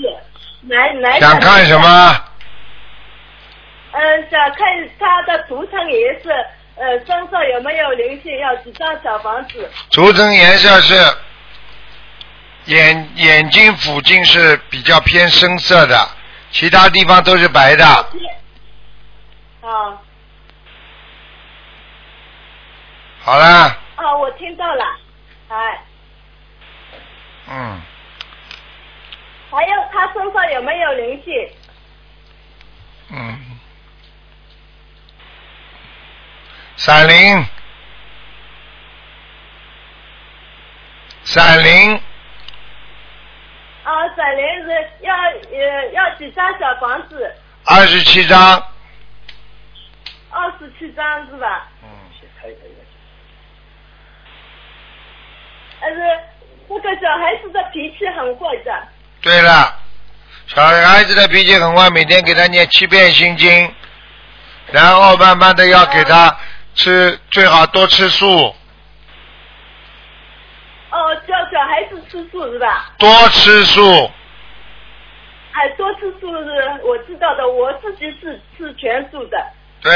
Speaker 7: 男男。
Speaker 1: 想看什？么？
Speaker 7: 嗯，想看他的图腾颜色，呃，身上有没有灵性，要几张小房子？
Speaker 1: 图层颜色是眼眼睛附近是比较偏深色的，其他地方都是白的。
Speaker 7: 啊
Speaker 1: 好啦，
Speaker 7: 啊，我听到了，哎。
Speaker 1: 嗯，
Speaker 7: 还有他身上有没有灵性？
Speaker 1: 嗯，闪灵，闪灵，
Speaker 7: 啊，闪灵是要呃要几张小房子？
Speaker 1: 二十七张。
Speaker 7: 二十七张是吧？
Speaker 1: 嗯，
Speaker 7: 但呃是那个小孩子的脾气很坏的。
Speaker 1: 对了，小孩子的脾气很坏，每天给他念七遍心经，然后慢慢的要给他吃，最好多吃素，
Speaker 7: 哦，叫小孩子吃素是吧？
Speaker 1: 多吃素。
Speaker 7: 哎，多吃素是我知道的，我自己是吃全素的。
Speaker 1: 对，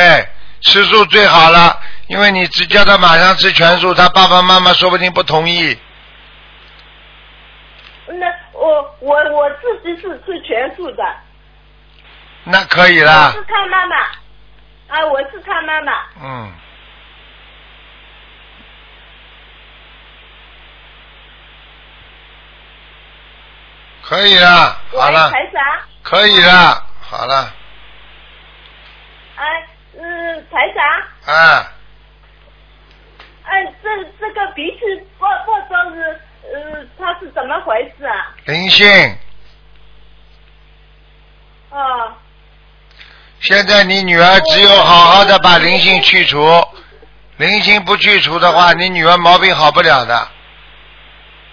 Speaker 1: 吃素最好了，因为你只叫他马上吃全素，他爸爸妈妈说不定不同意。
Speaker 7: 那我我我自己是吃全素的，
Speaker 1: 那可以
Speaker 7: 我
Speaker 1: 啦，
Speaker 7: 是他妈妈，啊，我是他妈妈。
Speaker 1: 嗯，可以啦，好了
Speaker 7: 喂，台长，
Speaker 1: 可以啦，好了，
Speaker 7: 哎，嗯，台长。
Speaker 1: 啊。
Speaker 7: 哎，这这个脾气不不知道是呃，他是怎么回事啊？
Speaker 1: 灵性，
Speaker 7: 哦，
Speaker 1: 现在你女儿只有好好的把灵性去除，灵性不去除的
Speaker 7: 嗯
Speaker 1: 话，你女儿毛病好不了的。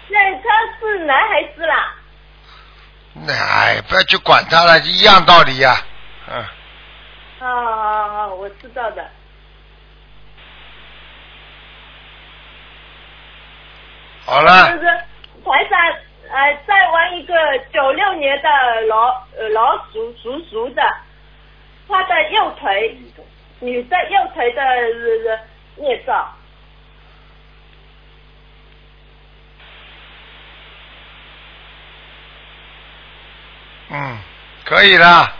Speaker 7: 那他是男孩子啦。
Speaker 1: 那哎，不要去管她了，一样道理呀、嗯，
Speaker 7: 哦哦哦，我知道的。
Speaker 1: 好
Speaker 7: 就
Speaker 1: 了，
Speaker 7: 是台上呃，再玩一个九六年的老呃老鼠属鼠的，他的右腿，女的右腿的呃孽障。
Speaker 1: 嗯，可以了。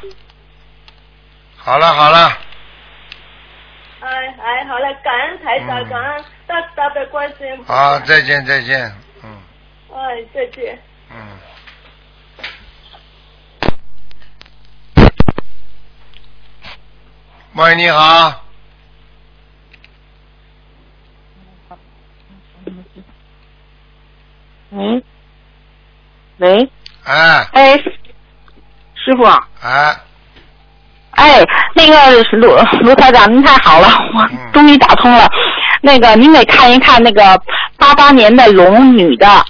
Speaker 1: 好了好了，
Speaker 7: 哎哎，好了，感恩台长，
Speaker 1: 嗯
Speaker 7: 感恩大慈大悲观世音菩
Speaker 1: 好，
Speaker 7: 萨。
Speaker 1: 再见再见，嗯
Speaker 7: 哎，再见。
Speaker 1: 嗯。喂，你好。
Speaker 8: 喂，喂，
Speaker 1: 哎
Speaker 8: 哎，师傅，
Speaker 1: 哎，
Speaker 8: 哎，那个卢卢台长，您太好了，
Speaker 1: 嗯
Speaker 8: 我终于打通了。那个您给看一看那个八八年的龙女的，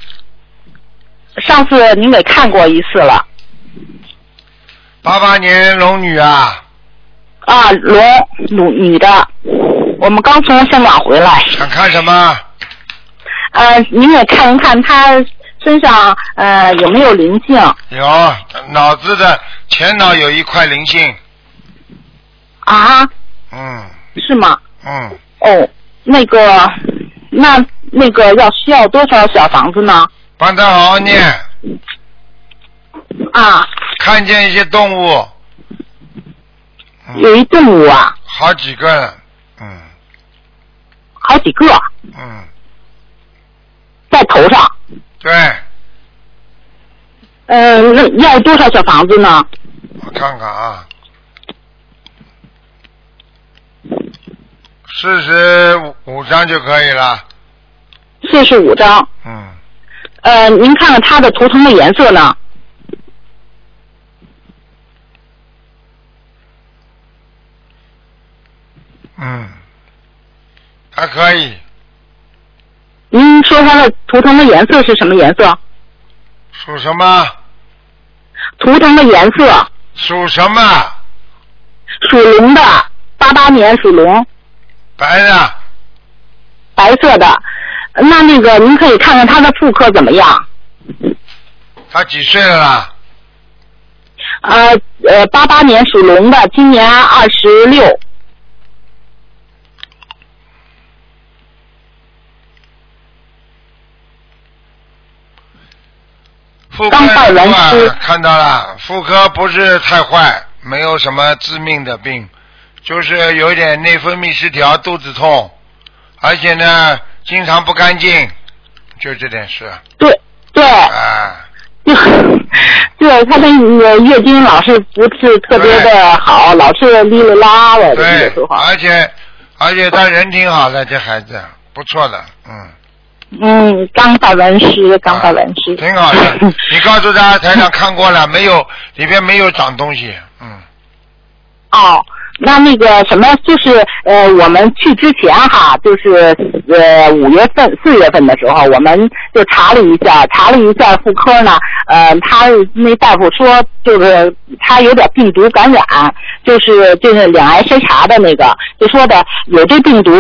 Speaker 8: 上次您给看过一次了
Speaker 1: 八八年龙女啊，
Speaker 8: 啊，龙女女的，我们刚从香港回来。
Speaker 1: 想看什么？
Speaker 8: 呃，您也看一看她身上呃有没有灵性
Speaker 1: 有脑子的前脑有一块灵性，
Speaker 8: 啊？
Speaker 1: 嗯
Speaker 8: 是吗？
Speaker 1: 嗯，
Speaker 8: 哦，那个，那那个要需要多少小房子呢？
Speaker 1: 帮他好好念，
Speaker 8: 啊，
Speaker 1: 看见一些动物，
Speaker 8: 有
Speaker 1: 嗯，
Speaker 8: 一动物啊，
Speaker 1: 好几个了，嗯
Speaker 8: 好几个
Speaker 1: 嗯，
Speaker 8: 在头上。
Speaker 1: 对，
Speaker 8: 呃，那要多少小房子呢？
Speaker 1: 我看看啊，四十五张就可以了，
Speaker 8: 四十五张。
Speaker 1: 嗯，
Speaker 8: 呃，您看看它的图腾的颜色呢？
Speaker 1: 嗯，还可以，
Speaker 8: 您说它的图腾的颜色是什么颜色？
Speaker 1: 属什么？
Speaker 8: 图腾的颜色
Speaker 1: 属什么？
Speaker 8: 属龙的，八八年属龙，
Speaker 1: 白的，
Speaker 8: 白色的。那那个您可以看看它的妇科怎么样？
Speaker 1: 他几岁了啦？
Speaker 8: 呃呃，八八年属龙的，今年二十六。
Speaker 1: 妇科
Speaker 8: 刚拜完
Speaker 1: 啊
Speaker 8: 师
Speaker 1: 看到了，妇科不是太坏，没有什么致命的病，就是有一点内分泌失调，肚子痛，而且呢，经常不干净，就这点事
Speaker 8: 对对，
Speaker 1: 啊。
Speaker 8: 就对他的呃月经老是不是特别的好，老是哩哩啦啦的，
Speaker 1: 对
Speaker 8: 有时，候。
Speaker 1: 而且而且他人挺好的，这孩子不错的，嗯，
Speaker 8: 嗯，刚拜完师，刚拜完师。
Speaker 1: 挺好的。你告诉他台长看过了，没有里边没有长东西，嗯，
Speaker 8: 哦，那那个什么，就是呃，我们去之前哈，就是呃五月份、四月份的时候，我们就查了一下，查了一下妇科呢，呃，他那大夫说就是他有点病毒感染，就是就是两癌筛查的那个，就说的有这病毒。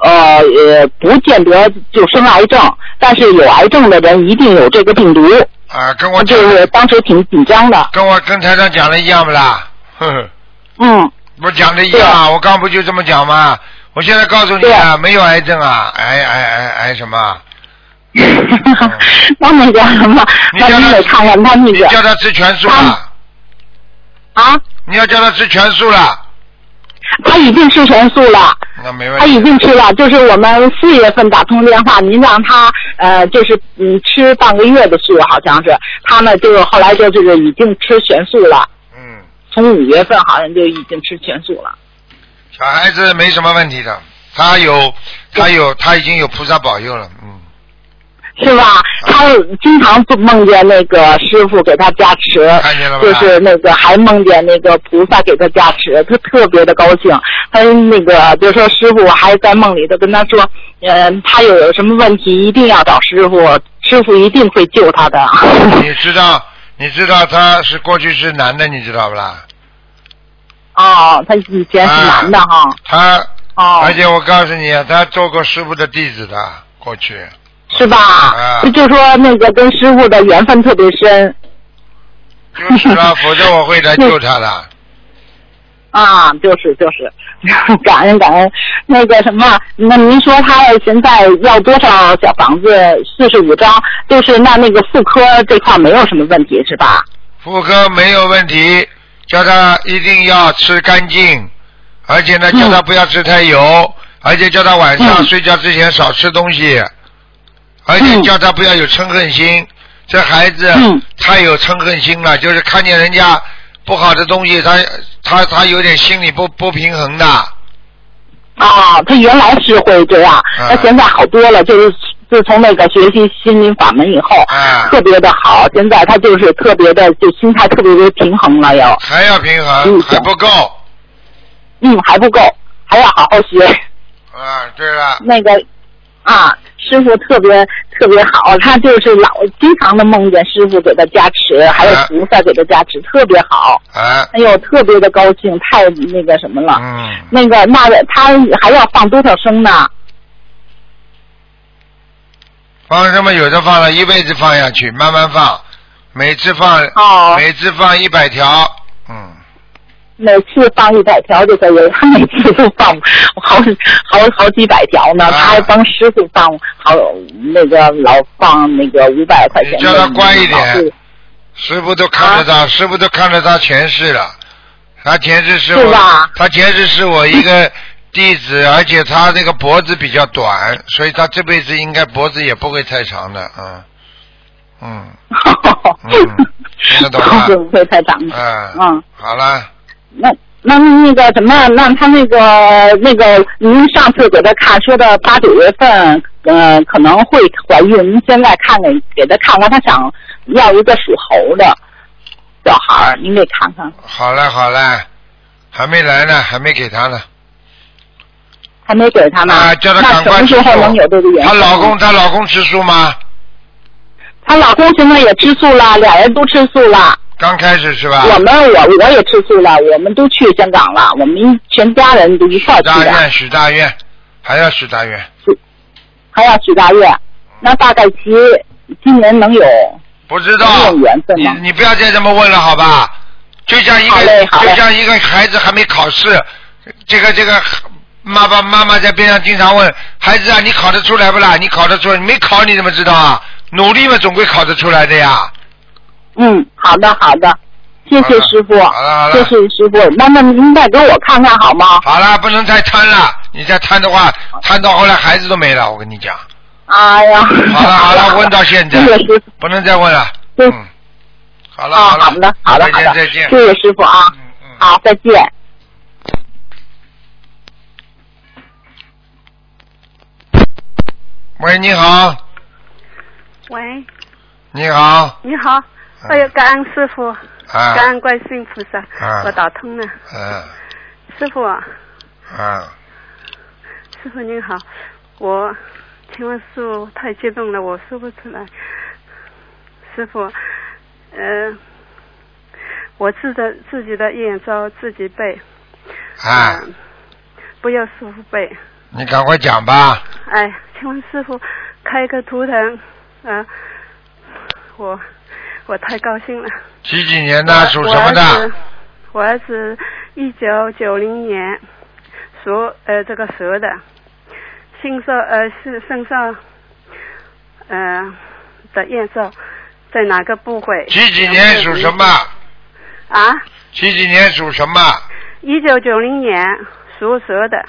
Speaker 8: 呃呃，不见得就生癌症，但是有癌症的人一定有这个病毒，
Speaker 1: 啊，跟我
Speaker 8: 就
Speaker 1: 讲，
Speaker 8: 是当时挺紧张的。
Speaker 1: 跟我跟台长讲的一样不啦？呵呵。
Speaker 8: 嗯，
Speaker 1: 我讲的一
Speaker 8: 对啊
Speaker 1: 样，我刚不就这么讲吗？我现在告诉你
Speaker 8: 对
Speaker 1: 啊，
Speaker 8: 啊
Speaker 1: 没有癌症啊，癌癌癌癌什么？
Speaker 8: [LAUGHS] 那那个什么，
Speaker 1: 你
Speaker 8: 那
Speaker 1: 叫
Speaker 8: 你
Speaker 1: 他
Speaker 8: 得看看他那
Speaker 1: 你
Speaker 8: 个
Speaker 1: 叫他吃全素了，
Speaker 8: 啊，
Speaker 1: 你要叫他吃全素了，
Speaker 8: 他已经吃全素了，
Speaker 1: 那没问
Speaker 8: 他已
Speaker 1: 题。
Speaker 8: 经吃了。就是我们四月份打通电话，您让他呃，就是嗯吃半个月的素，好像是他呢，就是后来就就是已经吃全素了，
Speaker 1: 嗯，
Speaker 8: 从五月份好像就已经吃全素了。
Speaker 1: 小孩子没什么问题的，他有他有他已经有菩萨保佑了，嗯，
Speaker 8: 是吧？他经常做梦见那个师傅给他加持，
Speaker 1: 看见了吧？
Speaker 8: 就是那个还梦见那个菩萨给他加持，他特别的高兴。他那个比如说师傅还在梦里头跟他说，呃，他有什么问题一定要找师傅，师傅一定会救他的。 [LAUGHS]
Speaker 1: 你知道你知道他是过去是男的，你知道不啦？
Speaker 8: 哦，他以前是男的
Speaker 1: 啊
Speaker 8: 哈。
Speaker 1: 他
Speaker 8: 哦
Speaker 1: 而，且我告诉你，啊他做过师傅的弟子的，过去
Speaker 8: 是
Speaker 1: 啊
Speaker 8: 吧？就就说那个跟师傅的缘分特别深
Speaker 1: 就是
Speaker 8: [LAUGHS]
Speaker 1: 了，否则我会来救他的。
Speaker 8: 啊，就是就是， [LAUGHS] 感恩感恩。那个什么，那您说他现在要多少小房子？四十五张，就是那那个妇科这块没有什么问题是吧？
Speaker 1: 妇科没有问题，叫他一定要吃干净，而且呢，
Speaker 8: 嗯
Speaker 1: 叫他不要吃太油，而且叫他晚上
Speaker 8: 嗯
Speaker 1: 睡觉之前少吃东西，而且
Speaker 8: 嗯
Speaker 1: 叫他不要有嗔恨心。这孩子
Speaker 8: 嗯
Speaker 1: 太有嗔恨心了，就是看见人家不好的东西，他他他有点心理不不平衡的。
Speaker 8: 啊，他原来是会这样，
Speaker 1: 嗯
Speaker 8: 他现在好多了，就是自从那个学习心灵法门以后，
Speaker 1: 嗯
Speaker 8: 特别的好。现在他就是特别的，就心态特别的平衡了，要
Speaker 1: 还要平衡，
Speaker 8: 嗯
Speaker 1: 还不够。
Speaker 8: 嗯还不够，还要好好学。
Speaker 1: 啊，对了，
Speaker 8: 那个啊，师傅特别特别好，他就是老经常的梦见师傅给他加持，还有
Speaker 1: 嗯
Speaker 8: 菩萨给他加持，特别好。
Speaker 1: 啊，
Speaker 8: 哎呦，特别的高兴，太那个什么了。
Speaker 1: 嗯，
Speaker 8: 那个，那个他还要放多少声呢？
Speaker 1: 放什么有的放了一辈子放下去，慢慢放，每次放、
Speaker 8: 哦，
Speaker 1: 每次放一百条，嗯，
Speaker 8: 每次放一百条就可以，他 [LAUGHS] 每次都放好好好几百条呢。
Speaker 1: 啊
Speaker 8: 他还帮师傅放好那个老放那个五百块钱的。
Speaker 1: 你叫他乖一点
Speaker 8: 老是
Speaker 1: 师傅都看着
Speaker 8: 啊
Speaker 1: 他，师傅都看着他前世了，他前世是
Speaker 8: 是
Speaker 1: 我
Speaker 8: 吧，
Speaker 1: 他前世是我一个弟子，而且他这个脖子比较短，所以他这辈子应该脖子也不会太长的，嗯，
Speaker 8: [LAUGHS]
Speaker 1: 嗯，嗯听得懂吗
Speaker 8: 会不会太长？
Speaker 1: 嗯，
Speaker 8: 嗯，
Speaker 1: 好了，
Speaker 8: 那那那个什么，那他那个那个，您上次给他看说的八九月份，呃，可能会怀孕，您现在看给给他看看，他想要一个属猴的小孩儿，您给看看，
Speaker 1: 好了，好了，还没来呢，还没给他呢。
Speaker 8: 还没给他呢。
Speaker 1: 啊，叫她
Speaker 8: 那
Speaker 1: 赶
Speaker 8: 什
Speaker 1: 快
Speaker 8: 么
Speaker 1: 吃
Speaker 8: 时
Speaker 1: 素。
Speaker 8: 候能有这个缘？
Speaker 1: 她老公，，她老公吃素吗？
Speaker 8: 她老公现在也吃素了，俩人都吃素了。
Speaker 1: 刚开始是吧？
Speaker 8: 我们我我也吃素了，我们都去香港了，我们一全家人都一块
Speaker 1: 许
Speaker 8: 儿去
Speaker 1: 大
Speaker 8: 的。
Speaker 1: 愿，许大愿，还要许大愿，
Speaker 8: 还要许大愿，那大概其今年能有
Speaker 1: 不知
Speaker 8: 能
Speaker 1: 道
Speaker 8: 有。缘分
Speaker 1: 你
Speaker 8: 吗？
Speaker 1: 你不要再这么问了，好吧？就像一
Speaker 8: 好
Speaker 1: 个
Speaker 8: 嘞好嘞
Speaker 1: 就像一个孩子还没考试，这个这个妈爸妈妈在边上经常问孩子啊，你考得出来不啦？你考得出来？你没考你怎么知道啊？努力嘛，总归考得出来的呀。
Speaker 8: 嗯，好的好的，谢谢师傅
Speaker 1: 好了好了，
Speaker 8: 谢谢师傅。那么您再给我看看好吗？
Speaker 1: 好了，不能再贪了，你再贪的话，贪到后来孩子都没了。我跟你讲，
Speaker 8: 哎呀，
Speaker 1: 好了好了，问到现在
Speaker 8: 谢，谢师傅，
Speaker 1: 不能再问了。
Speaker 8: 对
Speaker 1: 嗯，好了
Speaker 8: 啊，好
Speaker 1: 了，
Speaker 8: 的好的
Speaker 1: 再
Speaker 8: 好
Speaker 1: 见
Speaker 8: 的
Speaker 1: 再，见。
Speaker 8: 谢谢师傅啊，
Speaker 1: 嗯嗯。
Speaker 8: 好再见。
Speaker 1: 喂，你好，
Speaker 9: 喂，
Speaker 1: 你好，
Speaker 9: 你好，
Speaker 1: 嗯
Speaker 9: 哎呀，感恩师傅，
Speaker 1: 啊
Speaker 9: 感，恩观世音菩萨，
Speaker 1: 啊
Speaker 9: 我打通了。
Speaker 1: 嗯
Speaker 9: 师傅啊，
Speaker 1: 嗯，
Speaker 9: 师傅您好，我，请问师傅太激动了，我说不出来。师傅，呃，我自的自己的眼罩自己背，
Speaker 1: 啊，
Speaker 9: 嗯不要师傅背。
Speaker 1: 你赶快讲吧。
Speaker 9: 哎，请问师傅开个图腾，啊，我我太高兴了。
Speaker 1: 几几年的，属什么
Speaker 9: 呃我儿
Speaker 1: 的
Speaker 9: 子？，我儿子一九九零年属呃这个蛇的，性色呃是身上呃的验证在哪个部位？
Speaker 1: 几几年属什么？
Speaker 9: 啊？
Speaker 1: 几几年属什么？
Speaker 9: 一九九零年属蛇的，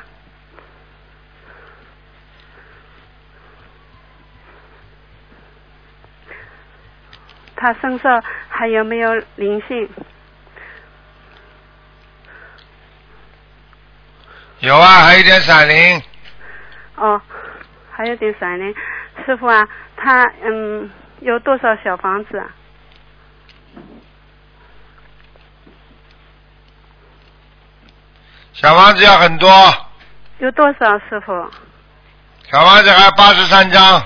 Speaker 9: 他身上还有没有灵性？
Speaker 1: 有啊，还有一点闪灵。
Speaker 9: 哦，还有点闪灵。师傅啊，他嗯有多少小房子啊？
Speaker 1: 小房子要很多，
Speaker 9: 有多少师傅？
Speaker 1: 小房子还有八十三张。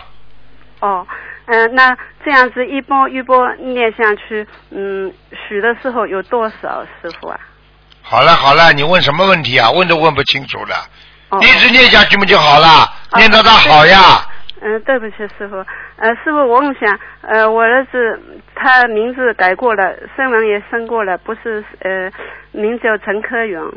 Speaker 9: 哦，嗯、那这样子一波一波念下去，嗯，许的时候有多少师傅啊？
Speaker 1: 好了好了，你问什么问题啊？问都问不清楚了，
Speaker 9: 哦，
Speaker 1: 一直念下去不就好了？念到他好呀。
Speaker 9: 嗯，对不起，师傅。呃，师傅，我问一下，呃，我儿子他名字改过了，生人也生过了，不是呃，名叫陈科勇，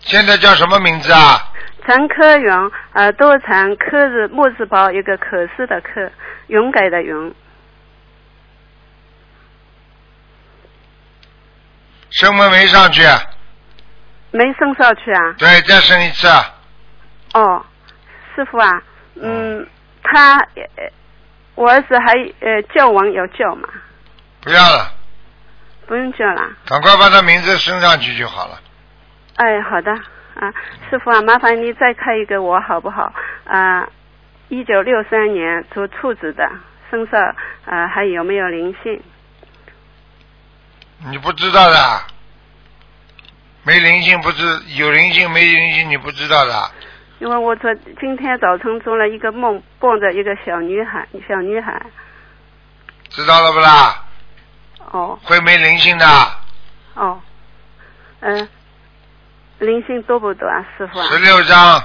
Speaker 1: 现在叫什么名字啊？
Speaker 9: 陈科呃勇，耳朵长，科字木字旁一个可思的科，勇敢的勇。
Speaker 1: 升温没上去，
Speaker 9: 没升上去啊？
Speaker 1: 对，再升一次。
Speaker 9: 哦，师傅啊，嗯，他，呃我儿子还呃教网有教嘛？
Speaker 1: 不要了，
Speaker 9: 不用叫了。
Speaker 1: 赶快把他名字升上去就好了。
Speaker 9: 哎，好的啊，师傅啊，麻烦你再看一个我好不好？啊，一九六三年属兔子的身上啊还有没有灵性？
Speaker 1: 你不知道的，没灵性不知有灵性没灵性你不知道的，
Speaker 9: 因为我昨今天早晨做了一个梦，梦着一个小女孩，小女孩
Speaker 1: 知道了不啦？
Speaker 9: 哦
Speaker 1: 会没灵性的，
Speaker 9: 哦，嗯、灵性多不多啊，师傅啊？
Speaker 1: 十六张，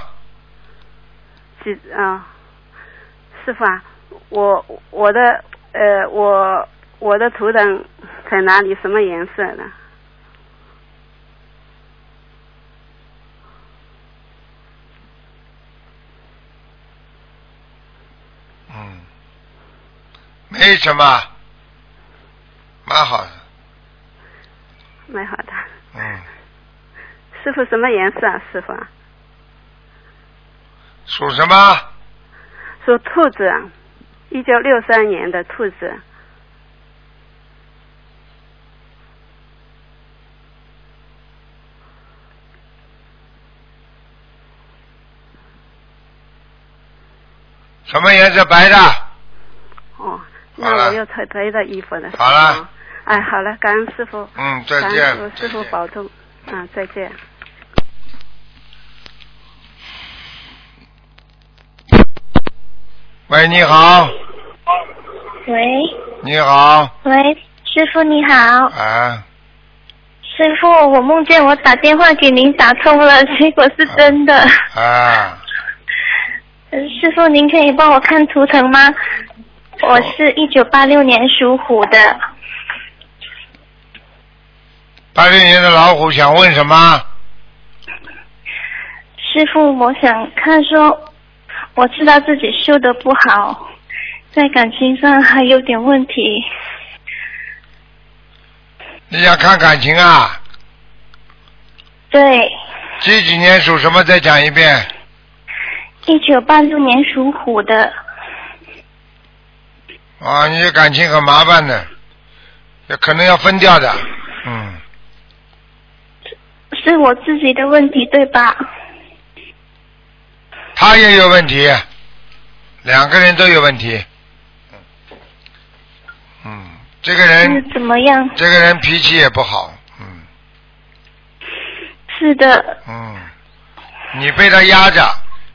Speaker 9: 几啊、师傅啊，我我的呃我我的图腾在哪里？什么颜色的？
Speaker 1: 嗯，没什么，蛮好的，
Speaker 9: 蛮好的。
Speaker 1: 嗯，
Speaker 9: 师傅什么颜色啊？师傅啊，
Speaker 1: 属什么？
Speaker 9: 属兔子啊，一九六三年的兔子。
Speaker 1: 什么颜色？白的。
Speaker 9: 哦，
Speaker 1: 好
Speaker 9: 那
Speaker 1: 了
Speaker 9: 我又穿白的衣服了。
Speaker 1: 好了，
Speaker 9: 哎，好了，感恩师傅，
Speaker 1: 嗯，再
Speaker 9: 感
Speaker 1: 见
Speaker 9: 恩。师傅，师傅保重，嗯，再见。
Speaker 1: 喂，你好，
Speaker 10: 喂
Speaker 1: 你好，
Speaker 10: 喂，师傅你好，
Speaker 1: 啊，
Speaker 10: 师傅，我梦见我打电话给您打通了， [LAUGHS] 结果是真的。
Speaker 1: 啊，
Speaker 10: 呃师傅，您可以帮我看图腾吗？我是一九八六年属虎的，
Speaker 1: 八六年的老虎想问什么？
Speaker 10: 师傅，我想看说，我知道自己修的不好，在感情上还有点问题。
Speaker 1: 你想看感情啊？
Speaker 10: 对，
Speaker 1: 几几年属什么？再讲一遍。
Speaker 10: 一九八六年属虎的，
Speaker 1: 啊，你这感情很麻烦的，有可能要分掉的。嗯，
Speaker 10: 是我自己的问题对吧？
Speaker 1: 他也有问题，两个人都有问题。嗯，这个人
Speaker 10: 是怎么样？
Speaker 1: 这个人脾气也不好，嗯
Speaker 10: 是的，
Speaker 1: 嗯，你被他压着，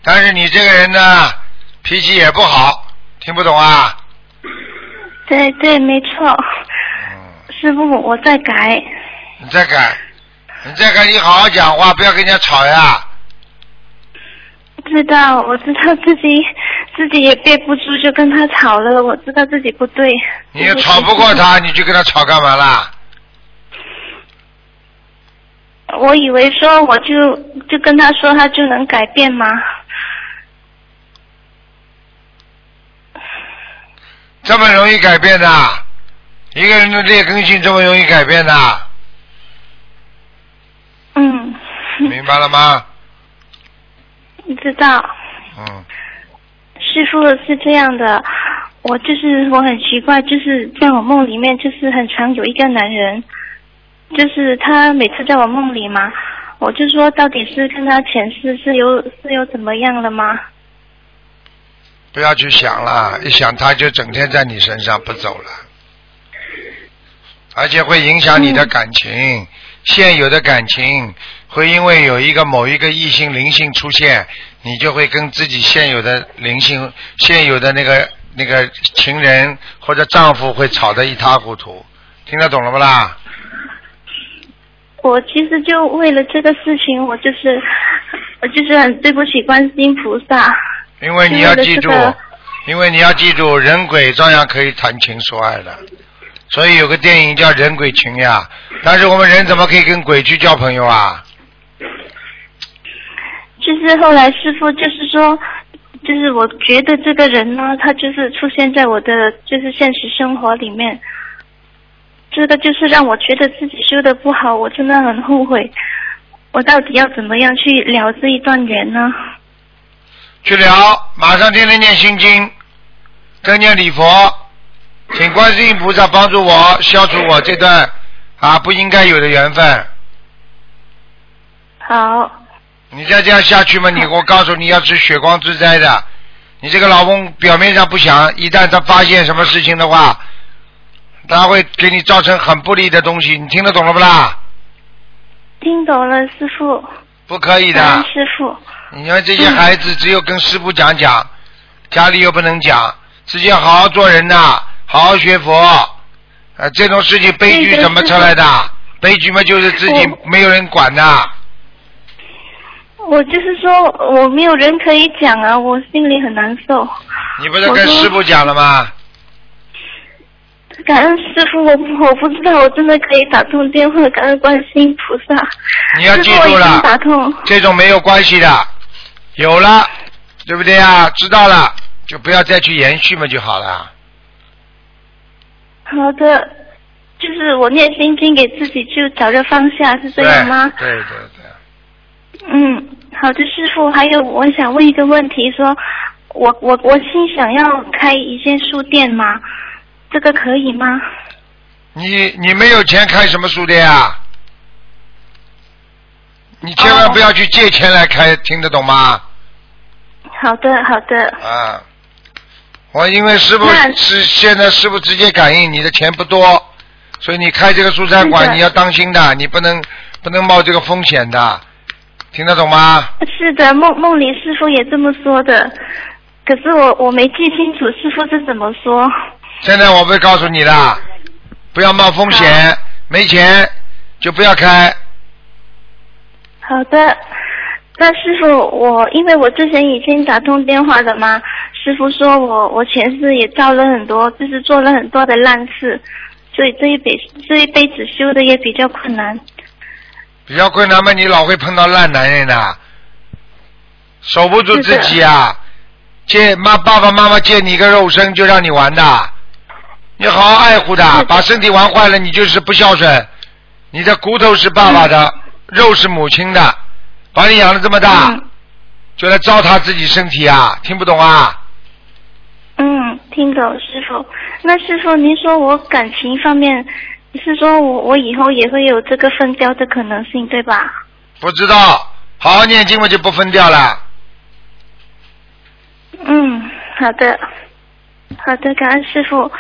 Speaker 1: 但是你这个人呢，脾气也不好，听不懂啊？
Speaker 10: 对对，没错。师傅，我在改。
Speaker 1: 你再改，你再改，你好好讲话，不要跟人家吵呀。
Speaker 10: 知道，我知道自己 [LAUGHS] 自己也憋不住，就跟他吵了。我知道自己不对。
Speaker 1: 你也吵不过他，你去跟他吵干嘛啦？
Speaker 10: 我以为说我就就跟他说，他就能改变吗？
Speaker 1: 这么容易改变的，一个人的劣根性这么容易改变的，
Speaker 10: 嗯，
Speaker 1: 明白了吗？
Speaker 10: 知道。
Speaker 1: 嗯，
Speaker 10: 师傅是这样的，我就是我很奇怪，就是在我梦里面，就是很常有一个男人，就是他每次在我梦里嘛，我就说到底是跟他前世是有是有怎么样了吗？
Speaker 1: 不要去想了，一想他就整天在你身上不走了，而且会影响你的感情，现有的感情会因为有一个某一个异性灵性出现，你就会跟自己现有的灵性、现有的那个那个情人或者丈夫会吵得一塌糊涂，听得懂了不啦？
Speaker 10: 我其实就为了这个事情，我就是我就是很对不起观世音菩萨。
Speaker 1: 因为你要记
Speaker 10: 是
Speaker 1: 住
Speaker 10: 为了这个，
Speaker 1: 因为你要记住，人鬼照样可以谈情说爱的。所以有个电影叫《人鬼情》呀，但是我们人怎么可以跟鬼去交朋友啊？
Speaker 10: 就是后来师傅就是说，就是我觉得这个人呢，他就是出现在我的就是现实生活里面，这个就是让我觉得自己修的不好，我真的很后悔。我到底要怎么样去聊这一段缘呢？
Speaker 1: 去聊，马上天天念心经，跟念礼佛，请观世音菩萨帮助我消除我这段啊不应该有的缘分。
Speaker 10: 好，
Speaker 1: 你再这样下去嘛，你我告诉你要吃血光之灾的。你这个老公表面上不想，一旦他发现什么事情的话，他会给你造成很不利的东西。你听得懂了不啦？
Speaker 10: 听懂了，师傅。
Speaker 1: 不可以
Speaker 10: 感
Speaker 1: 的
Speaker 10: 恩，师傅，
Speaker 1: 你们这些孩子只有跟师傅讲讲，家里又不能讲，自己要好好做人呐、好好学佛。啊，这种事情悲剧怎么出来的？悲剧嘛，就是自己没有人管的。
Speaker 10: 我就是说我没有人可以讲啊，我心里很难受。
Speaker 1: 你不是跟师傅讲了吗？
Speaker 10: 感恩师傅，我不我不知道我真的可以打通电话，感恩观世音菩萨。
Speaker 1: 你要记
Speaker 10: 师傅
Speaker 1: 住
Speaker 10: 我已经
Speaker 1: 了，
Speaker 10: 打通。
Speaker 1: 这种没有关系的，有了，对不对啊？知道了，就不要再去延续嘛就好了。
Speaker 10: 好的，就是我念心经给自己就找着方向，是这
Speaker 1: 对
Speaker 10: 样吗？
Speaker 1: 对对对，
Speaker 10: 嗯，好的，师傅，还有我想问一个问题，说我我我心想要开一间书店嘛，这个可以吗？
Speaker 1: 你你没有钱开什么书店啊？你千万不要去借钱来开，听得懂吗？
Speaker 10: 好的，好的，
Speaker 1: 啊，我因为师傅
Speaker 10: 那
Speaker 1: 是现在师傅直接感应你的钱不多，所以你开这个蔬菜
Speaker 10: 是
Speaker 1: 馆
Speaker 10: 的
Speaker 1: 你要当心的，你不能不能冒这个风险的，听得懂吗？
Speaker 10: 是的，梦梦里师傅也这么说的，可是我我没记清楚师傅是怎么说。
Speaker 1: 现在我不会告诉你的，不要冒风险，没钱就不要开。
Speaker 10: 好的，那师傅，我因为我之前已经打通电话的嘛，师傅说我我前世也造了很多，就是做了很多的烂事，所以这一辈这一辈子修的也比较困难。
Speaker 1: 比较困难嘛，你老会碰到烂男人呐、守不住自己啊！借妈爸爸妈妈借你一个肉身就让你玩的，你好好爱护的，把身体玩坏了，你就是不孝顺。你的骨头是爸爸的，肉是母亲的，把你养了这么大，就来糟蹋自己身体啊！听不懂啊？
Speaker 10: 嗯，听懂师傅。那师傅，您说我感情方面，你是说我我以后也会有这个分标的可能性，对吧？
Speaker 1: 不知道，好好念经嘛就不分掉了。
Speaker 10: 嗯，好的，好的，感恩师傅。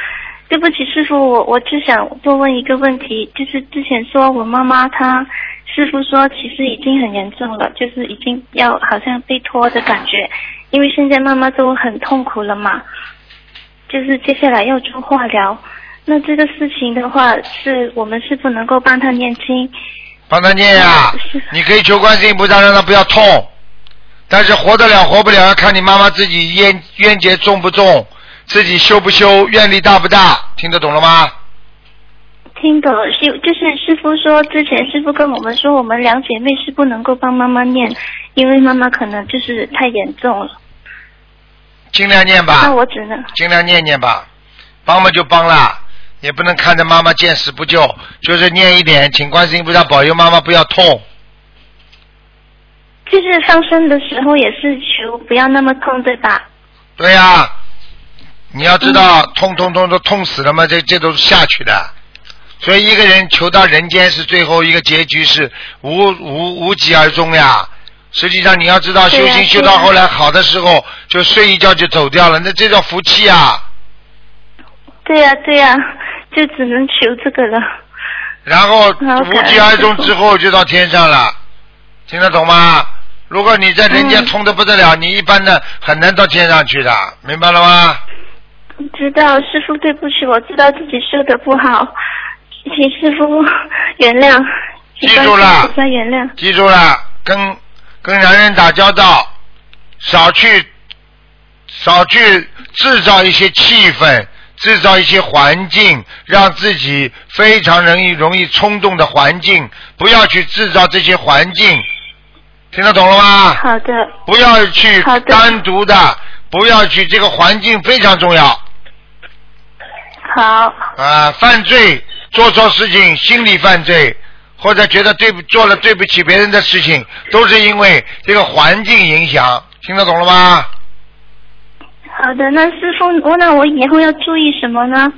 Speaker 10: 对不起，师傅，我我只想多问一个问题，就是之前说我妈妈她，师傅说其实已经很严重了，就是已经要好像被拖的感觉，因为现在妈妈都很痛苦了嘛，就是接下来要做化疗。那这个事情的话，是我们是不能够帮她念经，
Speaker 1: 帮他念呀、
Speaker 10: 嗯
Speaker 1: 你可以求观世音菩萨让他不要痛，但是活得了活不了要看你妈妈自己冤冤结重不重，自己修不修，愿力大不大，听得懂了吗？
Speaker 10: 听懂是就是师傅说，之前师傅跟我们说，我们两姐妹是不能够帮妈妈念，因为妈妈可能就是太严重了。
Speaker 1: 尽量念
Speaker 10: 那
Speaker 1: 吧，
Speaker 10: 我只能
Speaker 1: 尽量念念吧，帮嘛就帮啦，也不能看着妈妈见死不救，就是念一点，请观世音菩萨保佑妈妈不要痛。
Speaker 10: 就是放生的时候也是求不要那么痛，对吧？
Speaker 1: 对呀、你要知道，痛痛痛都痛死了嘛，这这都是下去的。所以一个人求到人间是最后一个结局是无无无疾而终呀。实际上你要知道，
Speaker 11: 对
Speaker 1: 修
Speaker 11: 呀
Speaker 1: 行修
Speaker 11: 对呀
Speaker 1: 到后来好的时候，就睡一觉就走掉了，那这叫福气啊。
Speaker 10: 对呀、对呀、就只能求这个了。
Speaker 1: 然后
Speaker 10: 好
Speaker 1: 无疾而终之后就到天上了，听得懂吗？如果你在人
Speaker 11: 嗯
Speaker 1: 间痛得不得了，你一般的很难到天上去的，明白了吗？
Speaker 10: 知道师傅，对不起，我知道自己修的不好，请师傅原谅，请观世音菩萨原谅。
Speaker 1: 记住了，跟跟男人打交道，少去少去制造一些气氛，制造一些环境，让自己非常容易容易冲动的环境，不要去制造这些环境，听得懂了吗？
Speaker 10: 好的，
Speaker 1: 不要去单独的，不要去这个环境非常重要。
Speaker 10: 好。
Speaker 1: 啊，犯罪做错事情，心理犯罪，或者觉得对不做了对不起别人的事情，都是因为这个环境影响，听得懂了吗？
Speaker 10: 好的，那师傅，我那我以后要注意什么呢？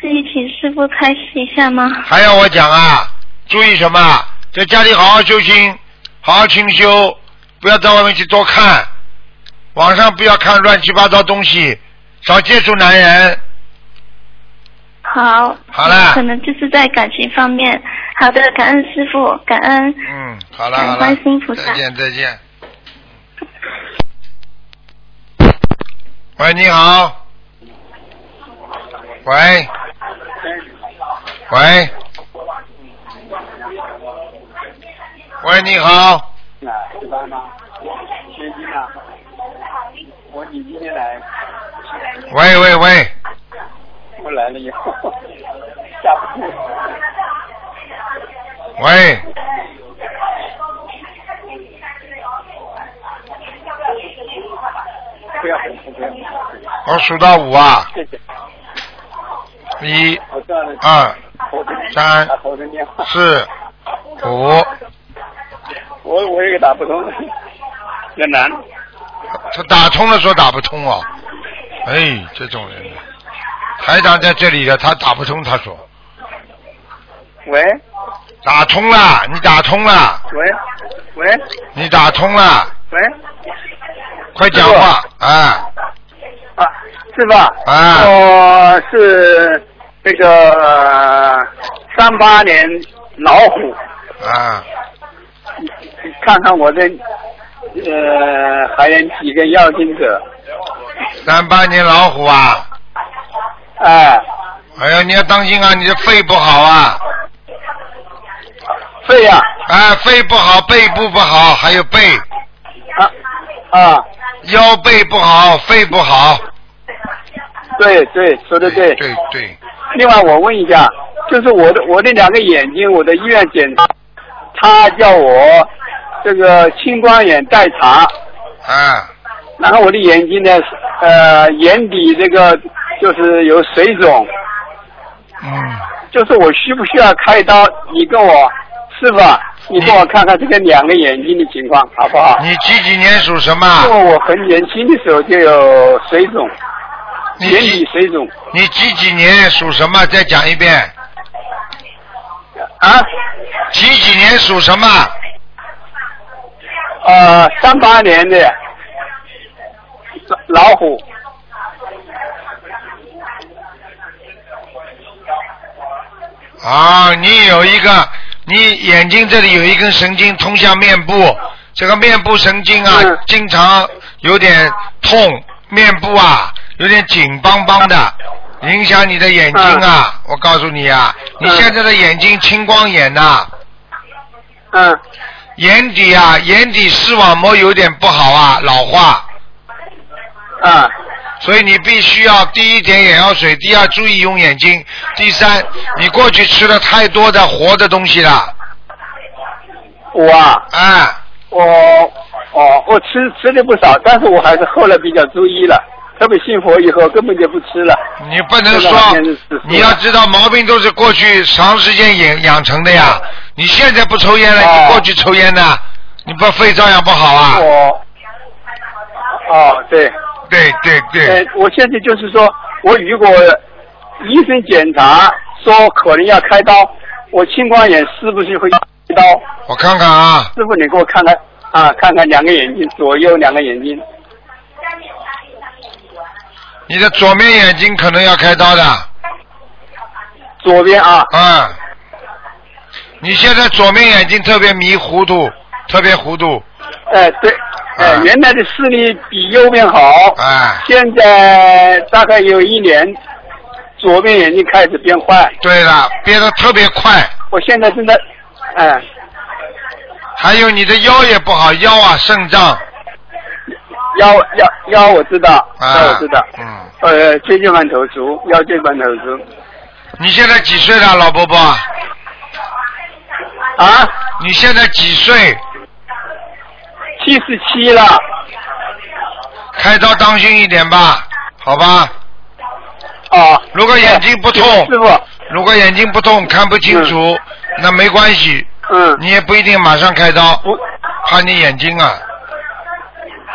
Speaker 10: 可以请师傅开示一下吗？
Speaker 1: 还要我讲啊？注意什么？在家里好好修心，好好清修，不要到外面去多看，网上不要看乱七八糟东西，少接触男人。
Speaker 10: 好，嗯
Speaker 1: 好了
Speaker 10: 可能就是在感情方面。好的，感恩师傅，感恩
Speaker 1: 嗯，好了
Speaker 10: 感
Speaker 1: 好了
Speaker 10: 恩观世，音菩萨
Speaker 1: 再。见再见。喂，你好。喂喂喂，你好，
Speaker 11: 啊，值班吗？天津啊，我你今天来，
Speaker 1: 喂喂喂，
Speaker 11: 我来了以后，下不去。
Speaker 1: 喂，
Speaker 11: 不要，不要。
Speaker 1: 我数到五啊，
Speaker 11: 谢谢。
Speaker 1: 一、
Speaker 11: 我断了。
Speaker 1: 二、
Speaker 11: 头疼
Speaker 1: 三
Speaker 11: 打头疼电话。
Speaker 1: 四、五，
Speaker 11: 我我也给打不通，这男的。
Speaker 1: 他打通了说打不通哦，哎，这种人，台长在这里的他打不通，他说
Speaker 11: 喂
Speaker 1: 打通了，你打通了，
Speaker 11: 喂喂
Speaker 1: 你打通了，
Speaker 11: 喂，
Speaker 1: 快讲话啊！
Speaker 11: 是吧？
Speaker 1: 啊
Speaker 11: 我是那个三八年老虎，
Speaker 1: 啊，
Speaker 11: 你看看我这呃还有几个要经者，
Speaker 1: 三八年老虎啊，
Speaker 11: 哎、
Speaker 1: 哎呀，你要当心啊，你的肺不好啊，
Speaker 11: 肺啊呀、
Speaker 1: 哎，肺不好，背部不好，还有背
Speaker 11: 啊啊，
Speaker 1: 腰背不好，肺不好，
Speaker 11: 对对，说的对。
Speaker 1: 对对，
Speaker 11: 另外我问一下，就是我的我的两个眼睛，我的医院检查，他叫我这个青光眼代查，
Speaker 1: 啊，
Speaker 11: 然后我的眼睛呢，呃，眼底这个就是有水肿，
Speaker 1: 嗯，
Speaker 11: 就是我需不需要开刀？你跟我师傅啊，你跟我看看这个两个眼睛的情况好不好？
Speaker 1: 你几几年属什么？
Speaker 11: 因为我很年轻的时候就有水肿，
Speaker 1: 你
Speaker 11: 眼底水肿
Speaker 1: 你几几年属什么？再讲一遍。
Speaker 11: 啊？
Speaker 1: 几几年属什么？
Speaker 11: 呃，三八年的老虎，
Speaker 1: 啊，你有一个，你眼睛这里有一根神经通向面部，这个面部神经啊，
Speaker 11: 嗯
Speaker 1: 经常有点痛，面部啊有点紧邦邦的，影响你的眼睛
Speaker 11: 嗯
Speaker 1: 啊。我告诉你啊，你现在的眼睛青光眼呐、
Speaker 11: 嗯。
Speaker 1: 眼底啊，眼底视网膜有点不好啊，老化。
Speaker 11: 啊。
Speaker 1: 所以你必须要第一点眼药水，第二注意用眼睛，第三你过去吃了太多的活的东西了。
Speaker 11: 我啊，
Speaker 1: 啊，
Speaker 11: 我哦，我吃吃的不少，但是我还是后来比较注意了，特别信佛以后根本就不吃了。
Speaker 1: 你不能
Speaker 11: 吃了好
Speaker 1: 说
Speaker 11: 像是吃素，
Speaker 1: 你要知道毛病都是过去长时间养养成的呀。你现在不抽烟了，你过去抽烟呢，你不肺照样不好啊？
Speaker 11: 我哦，对。
Speaker 1: 对对对。
Speaker 11: 呃，我现在就是说，我如果医生检查说可能要开刀，我青光眼是不是会开刀？
Speaker 1: 我看看啊，
Speaker 11: 师傅，你给我看看啊，看看两个眼睛，左右两个眼睛。
Speaker 1: 你的左面眼睛可能要开刀的。
Speaker 11: 左边啊。
Speaker 1: 嗯。你现在左面眼睛特别迷糊涂，特别糊涂。啊
Speaker 11: 哎、对，哎、原来的视力比右边好。
Speaker 1: 哎。
Speaker 11: 现在大概有一年，左边眼睛开始变坏。
Speaker 1: 对了，变啊得特别快。
Speaker 11: 我现在正在，哎、
Speaker 1: 还有你的腰也不好，腰啊，肾脏。
Speaker 11: 腰腰腰我知道，腰、
Speaker 1: 啊
Speaker 11: 哦我知道，
Speaker 1: 嗯，
Speaker 11: 呃，椎间盘突出，腰椎间盘突出。
Speaker 1: 你现在几岁了，老伯伯？
Speaker 11: 啊？
Speaker 1: 你现在几岁？
Speaker 11: 七十七了。
Speaker 1: 开刀当心一点吧，好吧？
Speaker 11: 啊。
Speaker 1: 如果眼睛不痛，
Speaker 11: 师傅，
Speaker 1: 如果眼睛不痛看不清楚，那没关系。
Speaker 11: 嗯。
Speaker 1: 你也不一定马上开刀
Speaker 11: 不，
Speaker 1: 怕你眼睛啊。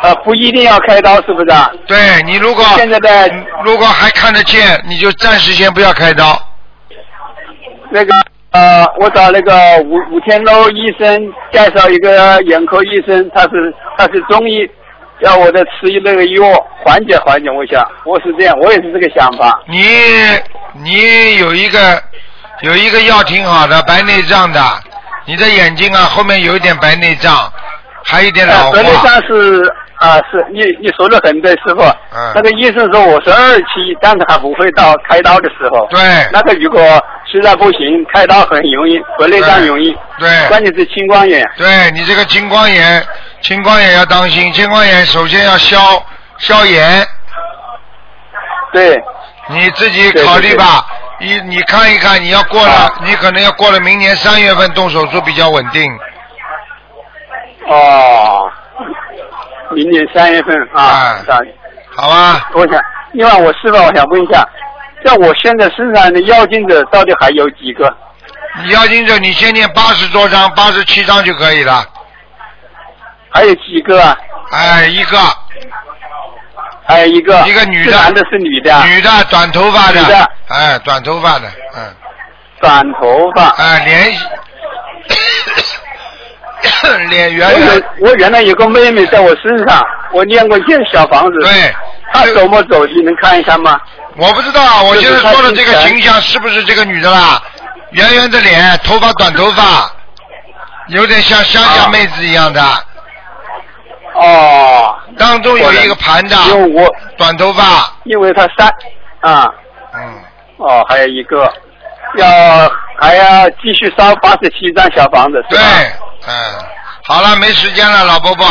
Speaker 11: 呃，不一定要开刀，是不是啊？
Speaker 1: 对你如果
Speaker 11: 现在的
Speaker 1: 如果还看得见，你就暂时先不要开刀。
Speaker 11: 那个呃，我找那个吴吴天楼医生介绍一个眼科医生，他是他是中医，叫我的吃那个药缓解缓解。我想我是这样，我也是这个想法。
Speaker 1: 你你有一个有一个药挺好的，白内障的，你的眼睛啊后面有一点白内障，还有一点老
Speaker 11: 呃
Speaker 1: 化
Speaker 11: 白。内障是啊、是你你说的很对，师傅。
Speaker 1: 嗯
Speaker 11: 那个医生说我是二期，但是还不会到开刀的时候。
Speaker 1: 对
Speaker 11: 那个如果实在不行，开刀很容易，白内障容易。
Speaker 1: 对
Speaker 11: 关键是青光眼。
Speaker 1: 对你这个青光眼，青光眼要当心，青光眼首先要消消炎。
Speaker 11: 对。
Speaker 1: 你自己考虑吧，你你看一看，你要过了，
Speaker 11: 啊
Speaker 1: 你可能要过了明年三月份动手术比较稳定。
Speaker 11: 哦，明年三月份啊，啊
Speaker 1: 哎好吧。
Speaker 11: 我想，另外我师傅，我想问一下，像我现在身上的妖精者到底还有几个？
Speaker 1: 你要盯着，你先念八十多张，八十七张就可以了。
Speaker 11: 还有几个啊？
Speaker 1: 哎，一个。
Speaker 11: 还有一个。
Speaker 1: 一个女的。
Speaker 11: 是男的是女的啊
Speaker 1: 女的，短头发的。
Speaker 11: 女的。
Speaker 1: 哎，短头发的，嗯。
Speaker 11: 短头发。
Speaker 1: 哎，脸 [COUGHS] 脸圆
Speaker 11: 我
Speaker 1: 圆
Speaker 11: 有。我原来有个妹妹在我身上，我念过一间小房子。
Speaker 1: 对。
Speaker 11: 她走没走？你能看一下吗？
Speaker 1: 我不知道，啊我现在说的这个
Speaker 11: 就是她之前
Speaker 1: 形象是不是这个女的啦？圆圆的脸，头发短头发，有点像乡
Speaker 11: 啊
Speaker 1: 下妹子一样的。
Speaker 11: 哦。
Speaker 1: 当中有一个盘的，
Speaker 11: 因为我
Speaker 1: 短头发。
Speaker 11: 因为他三啊，
Speaker 1: 嗯，
Speaker 11: 哦，还有一个要还要继续烧八十七张小房子是吧？
Speaker 1: 嗯，好了，没时间了，老伯伯，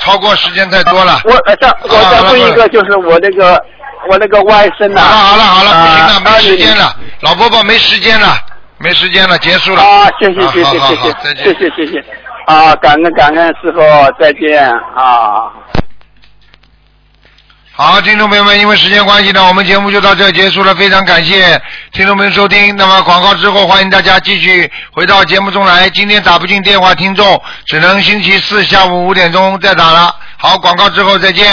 Speaker 1: 超过时间太多了。
Speaker 11: 我呃
Speaker 1: 啊
Speaker 11: 再我再问一个，就是我那个我那个外甥呐、
Speaker 1: 好了好了，不行了，
Speaker 11: 啊
Speaker 1: 没时间了，老伯伯没时间了，没时间了，结束了。
Speaker 11: 啊，谢谢
Speaker 1: 啊
Speaker 11: 谢谢
Speaker 1: 好好
Speaker 11: 谢
Speaker 1: 好再
Speaker 11: 谢谢
Speaker 1: 见。
Speaker 11: 谢谢谢谢啊，感恩感恩师傅，再见啊。
Speaker 1: 好，听众朋友们，因为时间关系呢，我们节目就到这结束了，非常感谢听众朋友收听。那么广告之后，欢迎大家继续回到节目中来。今天打不进电话，听众只能星期四下午五点钟再打了。好，广告之后再见。